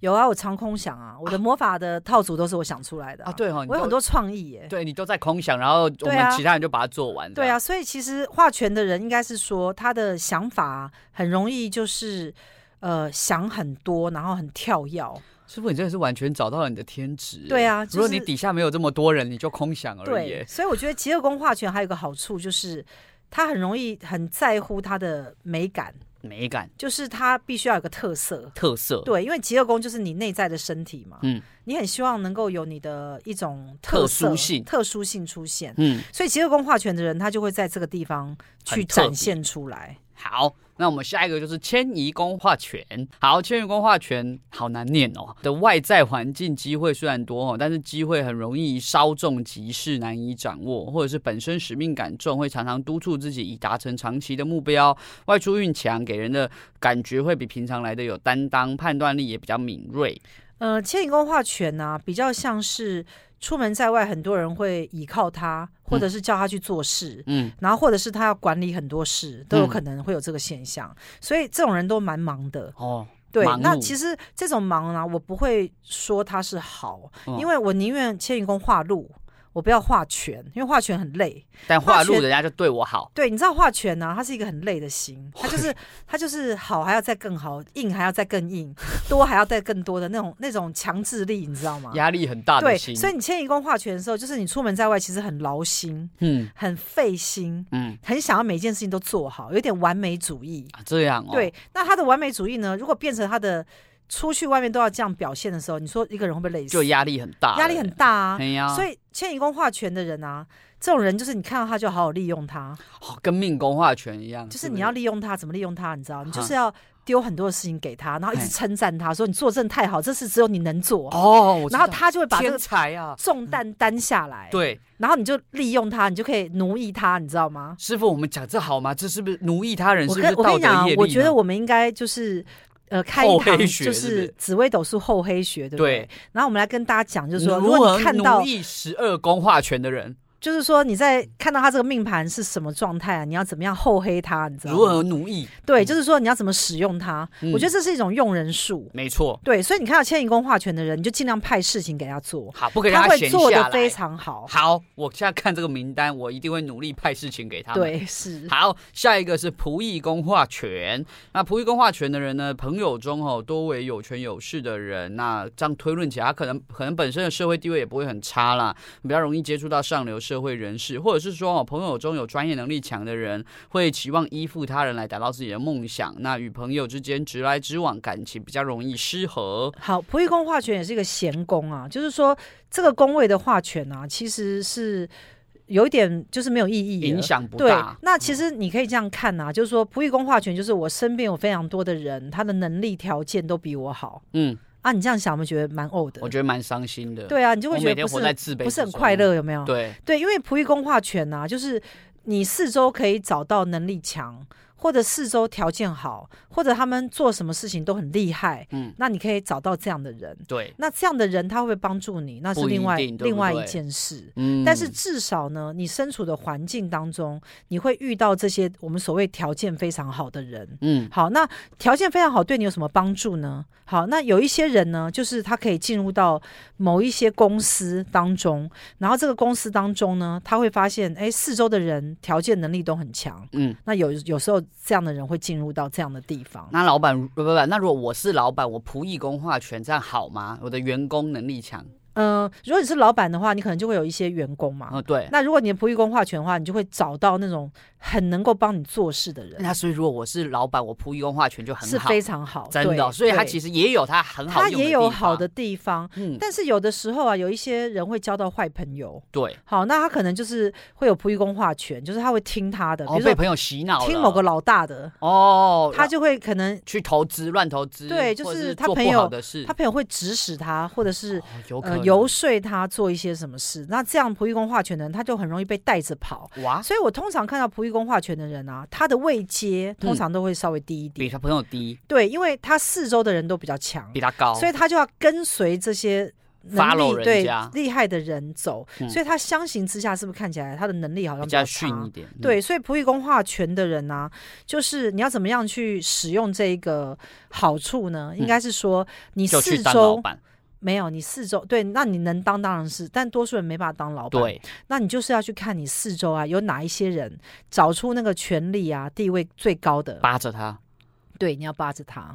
Speaker 1: 有啊，我常空想啊，我的魔法的套组都是我想出来的
Speaker 2: 啊对哦，你
Speaker 1: 我有
Speaker 2: 都
Speaker 1: 很多创意耶、
Speaker 2: 对你都在空想，然后我
Speaker 1: 啊
Speaker 2: 们其他人就把它做完。
Speaker 1: 对啊，，所以其实画拳的人应该是说，他的想法啊很容易就是呃想很多，然后很跳跃。
Speaker 2: 师傅你真的是完全找到了你的天职。欸
Speaker 1: 对啊
Speaker 2: 如果
Speaker 1: 就是
Speaker 2: 你底下没有这么多人，你就空想而已欸
Speaker 1: 对
Speaker 2: 耶。，
Speaker 1: 所以我觉得极恶宫画拳还有一个好处就是，他很容易很在乎他的美感，
Speaker 2: 美感
Speaker 1: 就是他必须要有个特色。
Speaker 2: 特色，
Speaker 1: 对，因为极恶宫就是你内在的身体嘛，
Speaker 2: 嗯
Speaker 1: 你很希望能够有你的一种
Speaker 2: 特
Speaker 1: 色
Speaker 2: 殊性
Speaker 1: 特殊性出现。
Speaker 2: 嗯，
Speaker 1: 所以极恶宫画拳的人，他就会在这个地方去
Speaker 2: 很特别
Speaker 1: 展现出来。
Speaker 2: 好，那我们下一个就是迁移宫化权。好，迁移宫化权好难念哦。的外在环境机会虽然多哦，但是机会很容易稍纵即逝，难以掌握，或者是本身使命感重，会常常督促自己以达成长期的目标。外出运强，给人的感觉会比平常来的有担当，判断力也比较敏锐。
Speaker 1: 呃，牵引宫画拳呢、比较像是出门在外，很多人会倚靠他，或者是叫他去做事，
Speaker 2: 嗯，
Speaker 1: 然后或者是他要管理很多事，都有
Speaker 2: 嗯
Speaker 1: 可能会有这个现象。所以这种人都蛮忙的。
Speaker 2: 哦，
Speaker 1: 对
Speaker 2: 忙，
Speaker 1: 那
Speaker 2: 碌
Speaker 1: 其实这种忙呢、我不会说它是好，
Speaker 2: 嗯
Speaker 1: 因为我宁愿牵引宫画路，我不要画拳，因为画拳很累。
Speaker 2: 但化
Speaker 1: 化
Speaker 2: 路
Speaker 1: 权
Speaker 2: 人家就对我好。
Speaker 1: 对，你知道画拳呢、它是一个很累的心，它就是它就是好还要再更好，硬还要再更硬， 多还要再更多的那种那种强制力，你知道吗？
Speaker 2: 压力很大的
Speaker 1: 啊对，
Speaker 2: 心，
Speaker 1: 所以你迁移宫画拳的时候，就是你出门在外其实很劳心、
Speaker 2: 嗯
Speaker 1: 很费心，
Speaker 2: 嗯
Speaker 1: 很想要每件事情都做好，有点完美主义。
Speaker 2: 啊这样哦，
Speaker 1: 对，那他的完美主义呢，如果变成他的出去外面都要这样表现的时候，你说一个人会不会累死
Speaker 2: 就？压力很大，
Speaker 1: 压力很，大啊。
Speaker 2: 哎呀，
Speaker 1: 所以迁移宫画拳的人啊，这种人就是你看到他就好好利用他，
Speaker 2: 哦跟命宫化权一样，
Speaker 1: 就是
Speaker 2: 不
Speaker 1: 你要利用他，怎么利用他？你知道，你就
Speaker 2: 哈
Speaker 1: 是要丢很多的事情给他，然后一直
Speaker 2: 嘿
Speaker 1: 称赞他说你做得真的太好，这事只有你能做，
Speaker 2: 哦，我知
Speaker 1: 然后
Speaker 2: 道
Speaker 1: 他就会把这
Speaker 2: 天
Speaker 1: 个
Speaker 2: 才啊，
Speaker 1: 重担担下来。
Speaker 2: 对，
Speaker 1: 然后你就利用它，你就可以奴役它，你知道吗？
Speaker 2: 师傅，我们讲这好吗？这是不是奴役他人？
Speaker 1: 我
Speaker 2: 是不
Speaker 1: 跟
Speaker 2: 是
Speaker 1: 我跟
Speaker 2: 道
Speaker 1: 你讲
Speaker 2: 德
Speaker 1: 啊
Speaker 2: 业力，呢？
Speaker 1: 我觉得我们应该就是。呃，开一
Speaker 2: 厚
Speaker 1: 堂
Speaker 2: 黑学
Speaker 1: 就是
Speaker 2: 不
Speaker 1: 是
Speaker 2: 是
Speaker 1: 紫微斗数厚黑学，对不对？
Speaker 2: 对
Speaker 1: 然后我们来跟大家讲，就是说，如
Speaker 2: 如
Speaker 1: 果
Speaker 2: 何
Speaker 1: 你看到
Speaker 2: 奴，役十二宫化权的人，
Speaker 1: 就是说你在看到他这个命盘是什么状态啊，你要怎么样厚黑它，你知道
Speaker 2: 如
Speaker 1: 吗
Speaker 2: 何？奴役？
Speaker 1: 对，就是说你要怎么使用它。
Speaker 2: 嗯
Speaker 1: 我觉得这是一种用人术。
Speaker 2: 没错，
Speaker 1: 对，所以你看到迁移宫化权的人，你就尽量派事情给他做，
Speaker 2: 好，不可以让
Speaker 1: 他会
Speaker 2: 闲
Speaker 1: 做
Speaker 2: 下
Speaker 1: 的非
Speaker 2: 来。
Speaker 1: 常好。
Speaker 2: 好，我现在看这个名单，我一定会努力派事情给他们。
Speaker 1: 对，是。
Speaker 2: 好，下一个是仆役宫化权。那仆役宫化权的人呢，朋友中哦多为有权有势的人。那这样推论起来，他可能可能本身的社会地位也不会很差啦，比较容易接触到上流社会人士，或者是说哦朋友中有专业能力强的人，会期望依附他人来达到自己的梦想。那与朋友之间直来直往，感情比较容易失和。
Speaker 1: 好，仆役宫化权也是一个闲宫啊，就是说这个宫位的化权啊，其实是有一点就是没有意义了
Speaker 2: 影。响不
Speaker 1: 对
Speaker 2: 大，，嗯
Speaker 1: 那其实你可以这样看呐、就是说，仆役宫化权就是我身边有非常多的人，他的能力条件都比我好
Speaker 2: 嗯，
Speaker 1: 啊。你这样想，有没有觉得蛮呕的
Speaker 2: 我？觉得蛮伤心的。，
Speaker 1: 对啊，你就
Speaker 2: 我
Speaker 1: 会
Speaker 2: 每
Speaker 1: 觉得
Speaker 2: 天
Speaker 1: 不
Speaker 2: 活在
Speaker 1: 是
Speaker 2: 自卑之中，
Speaker 1: 不是很快乐，有没有？
Speaker 2: 对。
Speaker 1: 对，因为仆役宫化权呐、啊就是你四周可以找到能力强，或者四周条件好，或者他们做什么事情都很厉害，
Speaker 2: 嗯
Speaker 1: 嗯，那你可以找到这样的人。
Speaker 2: 对，
Speaker 1: 那这样的人他会不会帮助你？那是
Speaker 2: 不一
Speaker 1: 另外
Speaker 2: 定对不
Speaker 1: 另外一
Speaker 2: 对
Speaker 1: 件事。
Speaker 2: 嗯
Speaker 1: 但是至少呢，你身处的环境当中，你会遇到这些我们所谓条件非常好的人。
Speaker 2: 嗯，
Speaker 1: 好，那条件非常好，对你有什么帮助呢？好，那有一些人呢，就是他可以进入到某一些公司当中，然后这个公司当中呢，他会发现，哎，四周的人条件能力都很强，
Speaker 2: 嗯，
Speaker 1: 那有有时候这样的人会进入到这样的地方。
Speaker 2: 那老板呃不不不，那如果我是老板，我仆役工化权这样好吗？我的员工能力强，
Speaker 1: 嗯、如果你是老板的话，你可能就会有一些员工嘛，
Speaker 2: 哦对，
Speaker 1: 那如果你的璞玉工化权的话，你就会找到那种很能够帮你做事的人，
Speaker 2: 那所以如果我是老板，我仆役工化权嗯就很
Speaker 1: 是
Speaker 2: 好，
Speaker 1: 非常好，
Speaker 2: 真的哦，
Speaker 1: 对
Speaker 2: 所以他
Speaker 1: 对
Speaker 2: 其实也有他很好
Speaker 1: 他
Speaker 2: 用的
Speaker 1: 也有
Speaker 2: 地
Speaker 1: 好
Speaker 2: 方
Speaker 1: 的，地方，
Speaker 2: 嗯，
Speaker 1: 但是有的时候啊，有一些人会交到坏朋友。
Speaker 2: 对，
Speaker 1: 好，那他可能就是会有璞玉工化权，就是他会听他的，比
Speaker 2: 哦
Speaker 1: 如
Speaker 2: 被
Speaker 1: 说
Speaker 2: 朋友洗脑了，
Speaker 1: 听某个老大的，
Speaker 2: 哦，
Speaker 1: 他就会可能
Speaker 2: 去投资乱投资，
Speaker 1: 对就
Speaker 2: 或者
Speaker 1: 是
Speaker 2: 是
Speaker 1: 他
Speaker 2: 做
Speaker 1: 朋
Speaker 2: 不好
Speaker 1: 友
Speaker 2: 的事，
Speaker 1: 他朋友会指使他，或者是
Speaker 2: 嗯哦有可
Speaker 1: 呃
Speaker 2: 能
Speaker 1: 游说他做一些什么事。那这样璞玉工化权的人，他就很容易被带着跑。
Speaker 2: 哇，
Speaker 1: 所以我通常看到璞玉工化权的人啊，他的位阶通
Speaker 2: 嗯
Speaker 1: 常都会稍微低一点
Speaker 2: 比。他朋友低，
Speaker 1: 对，因为他四周的人都比较强
Speaker 2: 比，他高，
Speaker 1: 所以他就要跟随这些能
Speaker 2: follow
Speaker 1: 力
Speaker 2: 人
Speaker 1: 对
Speaker 2: 家
Speaker 1: 厉害的人走，
Speaker 2: 嗯
Speaker 1: 所以他相形之下，是不是看起来他的能力好像
Speaker 2: 比
Speaker 1: 比较
Speaker 2: 较
Speaker 1: 差
Speaker 2: 逊一点。嗯，
Speaker 1: 对，所以仆役工化权的人呢、就是你要怎么样去使用这一个好处呢？应该是说你
Speaker 2: 嗯就去
Speaker 1: 四
Speaker 2: 当老
Speaker 1: 周
Speaker 2: 板。
Speaker 1: 没有，你四周对，那你能当当然是，但多数人没办法当老板。，
Speaker 2: 对，
Speaker 1: 那你就是要去看你四周啊，有哪一些人找出那个权力啊地位最高的，
Speaker 2: 扒着他。
Speaker 1: 对，你要扒着他，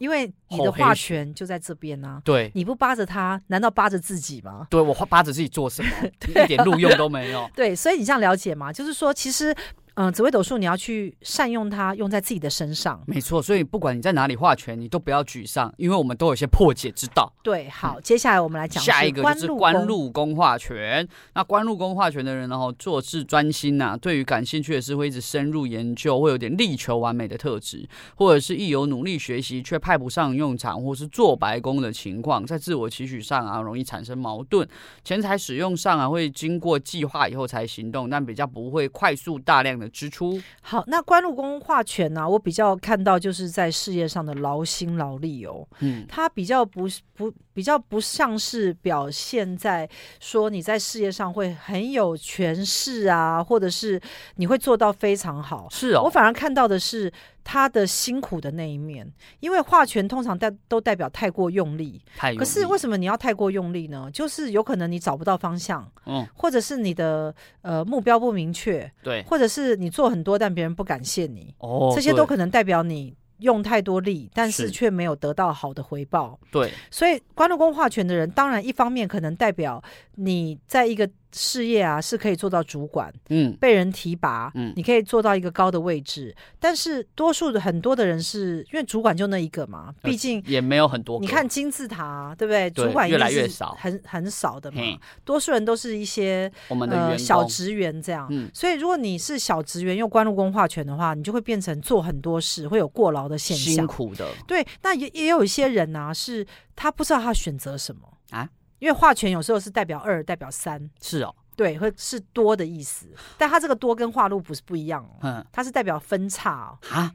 Speaker 1: 因为你
Speaker 2: 好
Speaker 1: 的
Speaker 2: 黑
Speaker 1: 话
Speaker 2: 群
Speaker 1: 权就在这边啊，
Speaker 2: 对，
Speaker 1: 你不扒着他，难道扒着自己吗？
Speaker 2: 对我扒着自己 做什么？一点录用都没有。
Speaker 1: 对，所以你这样了解吗？就是说，其实，嗯、紫微斗数你要去善用它，用在自己的身上。
Speaker 2: 没错，所以不管你在哪里画拳，你都不要沮丧，因为我们都有一些破解之道。
Speaker 1: 对，好，接下来我们来讲
Speaker 2: 嗯下
Speaker 1: 是
Speaker 2: 一个就是官
Speaker 1: 宫。
Speaker 2: 禄宫化权。那官禄宫化权的人呢，哦，做事专心呐、对于感兴趣的事会一直深入研究，会有点力求完美的特质，或者是一有努力学习却派不上用场，或是做白工的情况，在自我期许上啊，容易产生矛盾。钱财使用上啊，会经过计划以后才行动，但比较不会快速大量的支出。
Speaker 1: 好，那官禄宫化权呢、我比较看到就是在事业上的劳心劳力哦，
Speaker 2: 嗯，
Speaker 1: 它比较不是不比较不像是表现在说你在事业上会很有权势啊，或者是你会做到非常好。
Speaker 2: 是哦，
Speaker 1: 我反而看到的是他的辛苦的那一面，因为化权通常代都代表太过用力。
Speaker 2: 太有
Speaker 1: 可是
Speaker 2: 力
Speaker 1: 为什么你要太过用力呢？就是有可能你找不到方向，
Speaker 2: 嗯，
Speaker 1: 或者是你的呃目标不明确，
Speaker 2: 对
Speaker 1: 或者是你做很多但别人不感谢你，
Speaker 2: 哦，
Speaker 1: 这些都
Speaker 2: 对
Speaker 1: 可能代表你用太多力，但
Speaker 2: 是
Speaker 1: 是却没有得到好的回报。
Speaker 2: 对
Speaker 1: 所以官禄宫化权的人，当然一方面可能代表你在一个事业啊是可以做到主管，
Speaker 2: 嗯。
Speaker 1: 被人提拔，
Speaker 2: 嗯
Speaker 1: 你可以做到一个高的位置。但是多数的很多的人是因为主管就那一个嘛，毕竟。
Speaker 2: 也没有很呃多个。
Speaker 1: 你看金字塔、对不对？
Speaker 2: 对
Speaker 1: 主管
Speaker 2: 越
Speaker 1: 一定
Speaker 2: 来
Speaker 1: 是
Speaker 2: 越少
Speaker 1: 很很少的嘛
Speaker 2: 嘿。
Speaker 1: 多数人都是一些
Speaker 2: 我们的员
Speaker 1: 呃
Speaker 2: 工
Speaker 1: 小职员这样。
Speaker 2: 嗯
Speaker 1: 所以如果你是小职员又官禄宫化权的话，你就会变成做很多事会有过劳的现
Speaker 2: 辛
Speaker 1: 象。
Speaker 2: 苦的，
Speaker 1: 对，那也也有一些人啊，是他不知道他选择什么
Speaker 2: 啊。
Speaker 1: 因为化权有时候是代表二，代表三，
Speaker 2: 是哦，
Speaker 1: 对，会是多的意思。但他这个多跟化禄不是不一样哦，
Speaker 2: 嗯
Speaker 1: 它是代表分叉哦。
Speaker 2: 啊，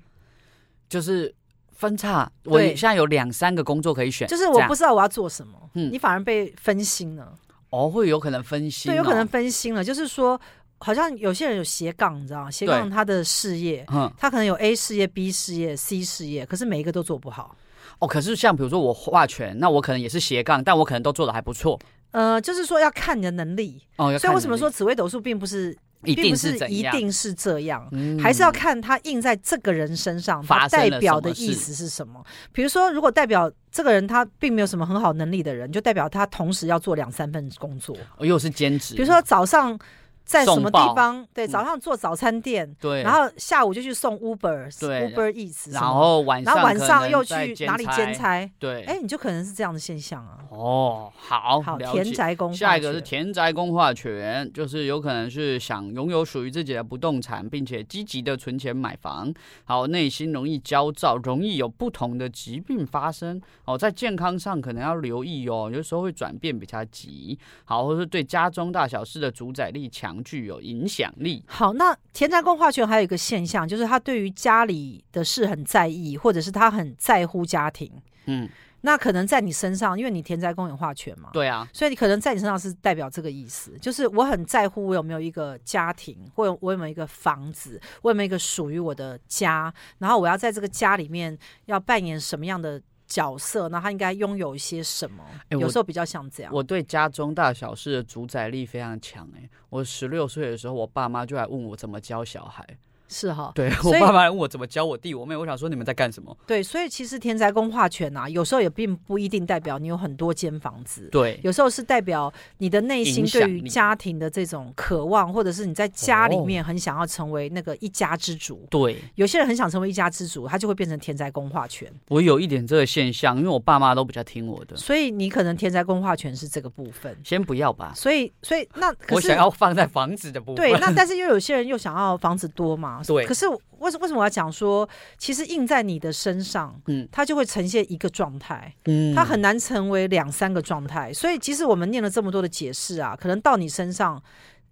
Speaker 2: 就是分叉。我
Speaker 1: 对
Speaker 2: 现在有两三个工作可以选，
Speaker 1: 就是
Speaker 2: 这
Speaker 1: 我
Speaker 2: 样
Speaker 1: 不知道我要做什么，
Speaker 2: 嗯
Speaker 1: 你反而被分心了，
Speaker 2: 哦，会有可能分心、哦，
Speaker 1: 对，有可能，分心了。就是说，好像有些人有斜杠，你知道吗？斜
Speaker 2: 对
Speaker 1: 杠他的事业，
Speaker 2: 嗯，
Speaker 1: 他可能有 A 事业、B 事业、C 事业，可是每一个都做不好。
Speaker 2: 哦，可是像比如说我画拳，那我可能也是斜杠，但我可能都做的还不错。
Speaker 1: 呃，就是说要看你的能力。
Speaker 2: 哦，要
Speaker 1: 所以
Speaker 2: 看
Speaker 1: 为什么
Speaker 2: 能力
Speaker 1: 说紫微斗数并不是，
Speaker 2: 一
Speaker 1: 并
Speaker 2: 定
Speaker 1: 不是
Speaker 2: 怎
Speaker 1: 一
Speaker 2: 样？
Speaker 1: 定是这样。
Speaker 2: 嗯
Speaker 1: 还是要看它印在这个人身上，它
Speaker 2: 发生了
Speaker 1: 代表
Speaker 2: 什么
Speaker 1: 的意
Speaker 2: 事
Speaker 1: 思是什么。比如说，如果代表这个人他并没有什么很好能力的人，就代表他同时要做两三份工作。
Speaker 2: 哦又是兼职，
Speaker 1: 比如说早上在什
Speaker 2: 送
Speaker 1: 么
Speaker 2: 报
Speaker 1: 地方，对，
Speaker 2: 嗯
Speaker 1: 早上做早餐店，
Speaker 2: 对，
Speaker 1: 然后下午就去送 Uber、
Speaker 2: 对
Speaker 1: Uber Eats，什么
Speaker 2: 然后晚
Speaker 1: 然后晚
Speaker 2: 可
Speaker 1: 上
Speaker 2: 能
Speaker 1: 又
Speaker 2: 在
Speaker 1: 去哪里兼？差？
Speaker 2: 对，
Speaker 1: 哎，你就可能是这样的现象啊。
Speaker 2: 哦，好，
Speaker 1: 好，
Speaker 2: 了
Speaker 1: 田
Speaker 2: 解
Speaker 1: 宅宫化
Speaker 2: 下一个是
Speaker 1: 学
Speaker 2: 田宅公化权，就是有可能是想拥有属于自己的不动产，并且积极的存钱买房。好，内心容易焦躁，容易有不同的疾病发生。哦，在健康上可能要留意哦，有时候会转变比较急。好，或是对家中大小事的主宰力强，具有影响力。
Speaker 1: 好，那田宅宫化权还有一个现象，就是他对于家里的事很在意，或者是他很在乎家庭。
Speaker 2: 嗯，
Speaker 1: 那可能在你身上，因为你田宅宫有化权嘛，
Speaker 2: 对啊，
Speaker 1: 所以你可能在你身上是代表这个意思，就是我很在乎我有没有一个家庭，或有我有没有一个房子，我有没有一个属于我的家，然后我要在这个家里面要扮演什么样的角色，那他应该拥有一些什么？
Speaker 2: 哎我
Speaker 1: 有时候比较像这样。
Speaker 2: 我对家中大小事的主宰力非常强。哎，我十六岁的时候，我爸妈就来问我怎么教小孩。
Speaker 1: 是哈，
Speaker 2: 对我
Speaker 1: 所以
Speaker 2: 爸爸来问我怎么教我弟我妹，我想说你们在干什么？
Speaker 1: 对，所以其实田宅宫化权啊，有时候也并不一定代表你有很多间房子。
Speaker 2: 对，
Speaker 1: 有时候是代表你的内心
Speaker 2: 影响
Speaker 1: 对于
Speaker 2: 力
Speaker 1: 家庭的这种渴望，或者是你在家里
Speaker 2: 哦
Speaker 1: 面很想要成为那个一家之主。
Speaker 2: 对
Speaker 1: 有些人很想成为一家之主，他就会变成田宅宫化权，
Speaker 2: 我有一点这个现象，因为我爸妈都比较听我的。
Speaker 1: 所以你可能田宅宫化权是这个部分。
Speaker 2: 先不要吧，
Speaker 1: 所以，所以那可
Speaker 2: 我
Speaker 1: 是
Speaker 2: 想要放在房子的部分。
Speaker 1: 对，那但是又有些人又想要房子多嘛？
Speaker 2: 对
Speaker 1: 可是为什为什么我要讲说，其实印在你的身上，
Speaker 2: 嗯
Speaker 1: 它就会呈现一个状态。
Speaker 2: 嗯
Speaker 1: 它很难成为两三个状态。所以，即使我们念了这么多的解释啊，可能到你身上，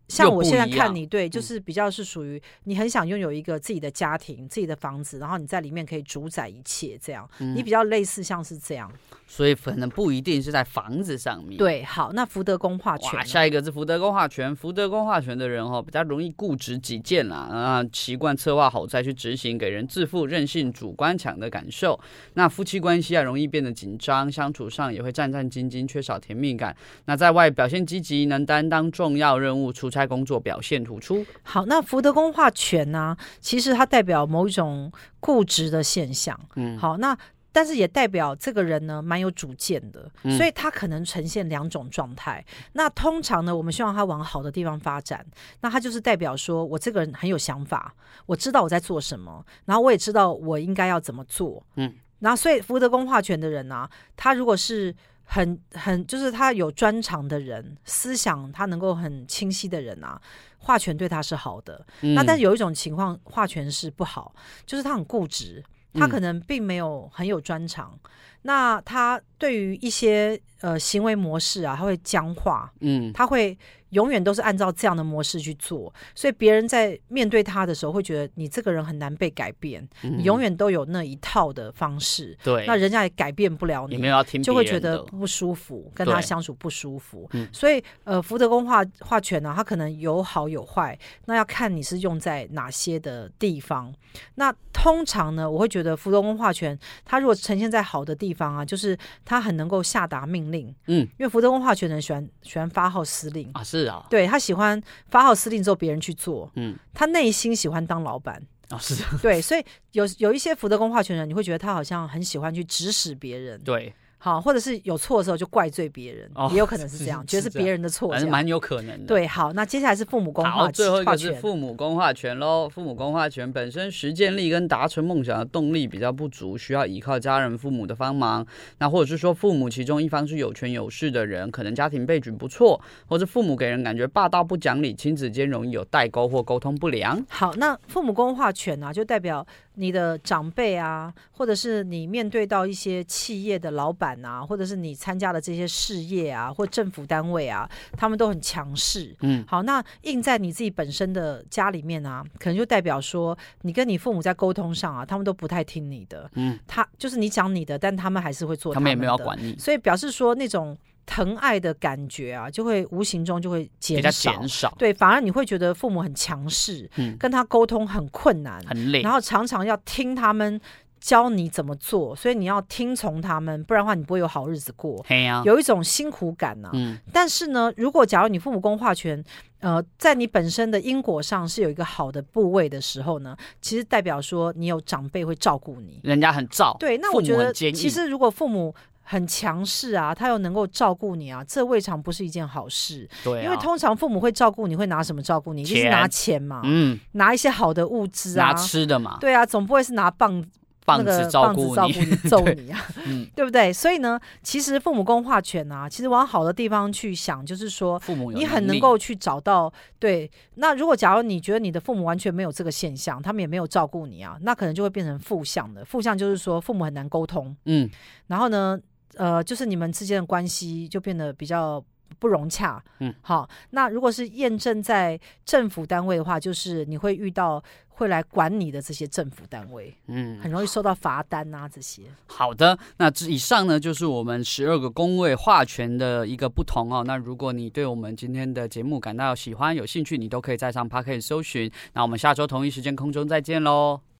Speaker 1: 像我现在看你，对，就是比较是属于你很想拥有一个自己的家庭、自己的房子，然后你在里面可以主宰一切，这样，你比较类似像是这样。
Speaker 2: 所以可能不一定是在房子上面。。
Speaker 1: 对，好，那福德宫化权
Speaker 2: 哇，
Speaker 1: 呢，
Speaker 2: 下一个是福德宫化权。福德宫化权的人哦，比较容易固执己见啦，啊，习惯策划好再去执行，给人自负、任性、主观强的感受。那夫妻关系啊，容易变得紧张，相处上也会战战兢兢，缺少甜蜜感。那在外表现积极，能担当重要任务，出差工作表现突出。
Speaker 1: 好，那福德宫化权呢、其实它代表某一种固执的现象。
Speaker 2: 嗯，
Speaker 1: 好，那但是也代表这个人呢蛮有主见的，
Speaker 2: 嗯
Speaker 1: 所以他可能呈现两种状态。那通常呢，我们希望他往好的地方发展，那他就是代表说我这个人很有想法，我知道我在做什么，然后我也知道我应该要怎么做。
Speaker 2: 嗯，
Speaker 1: 然后所以福德宫化权的人呢、他如果是很很就是他有专长的人，思想他能够很清晰的人啊，化权对他是好的。那但
Speaker 2: 嗯
Speaker 1: 有一种情况，化权是不好，就是他很固执，他
Speaker 2: 嗯
Speaker 1: 可能并没有很有专长，那他对于一些呃行为模式啊，他会僵化，
Speaker 2: 嗯
Speaker 1: 他会永远都是按照这样的模式去做，所以别人在面对他的时候，会觉得你这个人很难被改变，你永远都有那一套的方式，
Speaker 2: 嗯对，
Speaker 1: 那人家也改变不了
Speaker 2: 也
Speaker 1: 你
Speaker 2: 没。有要听别人的，
Speaker 1: 就会觉得不舒服，跟他
Speaker 2: 对
Speaker 1: 相处不舒服。
Speaker 2: 嗯
Speaker 1: 所以呃，福德宫化化权呢、它可能有好有坏，那要看你是用在哪些的地方。那通常呢，我会觉得福德宫化权，它如果呈现在好的地方啊，就是它很能够下达命令，
Speaker 2: 嗯
Speaker 1: 因为福德宫化权的人喜欢喜欢发号施令。
Speaker 2: 啊，是啊，
Speaker 1: 对他喜欢发号施令之后别人去做，
Speaker 2: 嗯
Speaker 1: 他内心喜欢当老板，
Speaker 2: 啊 是啊，
Speaker 1: 对，所以有有一些福德宫化权人，你会觉得他好像很喜欢去指使别人，
Speaker 2: 对，
Speaker 1: 好，或者是有错的时候就怪罪别人，
Speaker 2: 哦
Speaker 1: 也有可能是这
Speaker 2: 是
Speaker 1: 样，觉得是
Speaker 2: 是这样
Speaker 1: 别人的错
Speaker 2: 反
Speaker 1: 这
Speaker 2: 正
Speaker 1: 样。
Speaker 2: 蛮有可能的。
Speaker 1: 对，好，那接下来是父母宫
Speaker 2: 好，
Speaker 1: 化
Speaker 2: 最后一
Speaker 1: 化
Speaker 2: 个是
Speaker 1: 权，
Speaker 2: 父母公化权喽。父母公化权本身实践力跟达成梦想的动力比较不足，需要依靠家人、父母的帮忙。那或者是说，父母其中一方是有权有势的人，可能家庭背景不错，或者父母给人感觉霸道不讲理，亲子间容易有代沟或沟通不良。
Speaker 1: 好，那父母宫化权啊，就代表你的长辈啊，或者是你面对到一些企业的老板啊，或者是你参加的这些事业啊，或政府单位啊，他们都很强势。
Speaker 2: 嗯，
Speaker 1: 好，那印在你自己本身的家里面啊，可能就代表说，你跟你父母在沟通上啊，他们都不太听你的。
Speaker 2: 嗯，
Speaker 1: 他就是你讲你的，但他们还是会做
Speaker 2: 他们也
Speaker 1: 的
Speaker 2: 没有要管你，
Speaker 1: 所以表示说那种疼爱的感觉啊，就会无形中就会
Speaker 2: 比
Speaker 1: 减
Speaker 2: 较
Speaker 1: 少。
Speaker 2: 减少，
Speaker 1: 对，反而你会觉得父母很强势，
Speaker 2: 嗯
Speaker 1: 跟他沟通很困难，
Speaker 2: 很累
Speaker 1: 然。后常常要听他们教你怎么做，所以你要听从他们，不然的话你不会有好日子过，
Speaker 2: 嘿呀、
Speaker 1: 有一种辛苦感呐、
Speaker 2: 啊嗯，
Speaker 1: 但是呢，如果假如你父母宫化权，呃，在你本身的因果上是有一个好的部位的时候呢，其实代表说你有长辈会照顾你，
Speaker 2: 人家很燥，
Speaker 1: 对，那
Speaker 2: 哦父
Speaker 1: 我
Speaker 2: 母
Speaker 1: 觉
Speaker 2: 很
Speaker 1: 得
Speaker 2: 坚
Speaker 1: 其
Speaker 2: 硬
Speaker 1: 实如果父母很强势啊，他又能够照顾你啊，这未尝不是一件好事。
Speaker 2: 对、啊，
Speaker 1: 因为通常父母会照顾你，会拿什么照顾你？一定是
Speaker 2: 钱
Speaker 1: 拿钱嘛，
Speaker 2: 嗯，
Speaker 1: 拿一些好的物资
Speaker 2: 拿
Speaker 1: 啊。
Speaker 2: 吃的嘛，
Speaker 1: 对啊，总不会是拿棒
Speaker 2: 棒
Speaker 1: 那
Speaker 2: 子
Speaker 1: 个棒
Speaker 2: 顾
Speaker 1: 子照
Speaker 2: 你
Speaker 1: 顾，你 揍你啊，
Speaker 2: 嗯
Speaker 1: 对不对？所以呢，其实父母宫化权啊，其实往好的地方去想，就是说
Speaker 2: 父母有
Speaker 1: 你很能
Speaker 2: 力
Speaker 1: 够去找到对。那如果假如你觉得你的父母完全没有这个现象，他们也没有照顾你啊，那可能就会变成负向的。负向就是说父母很难沟通，
Speaker 2: 嗯。
Speaker 1: 然后呢，呃，就是你们之间的关系就变得比较不融洽。
Speaker 2: 嗯，
Speaker 1: 好，那如果是验证在政府单位的话，就是你会遇到会来管你的这些政府单位，
Speaker 2: 嗯
Speaker 1: 很容易收到罚单啊这些。
Speaker 2: 好的，那这以上呢就是我们十二个宫位化权的一个不同哦。那如果你对我们今天的节目感到喜欢、有兴趣，你都可以在上 p a r k 搜寻。那我们下周同一时间空中再见喽。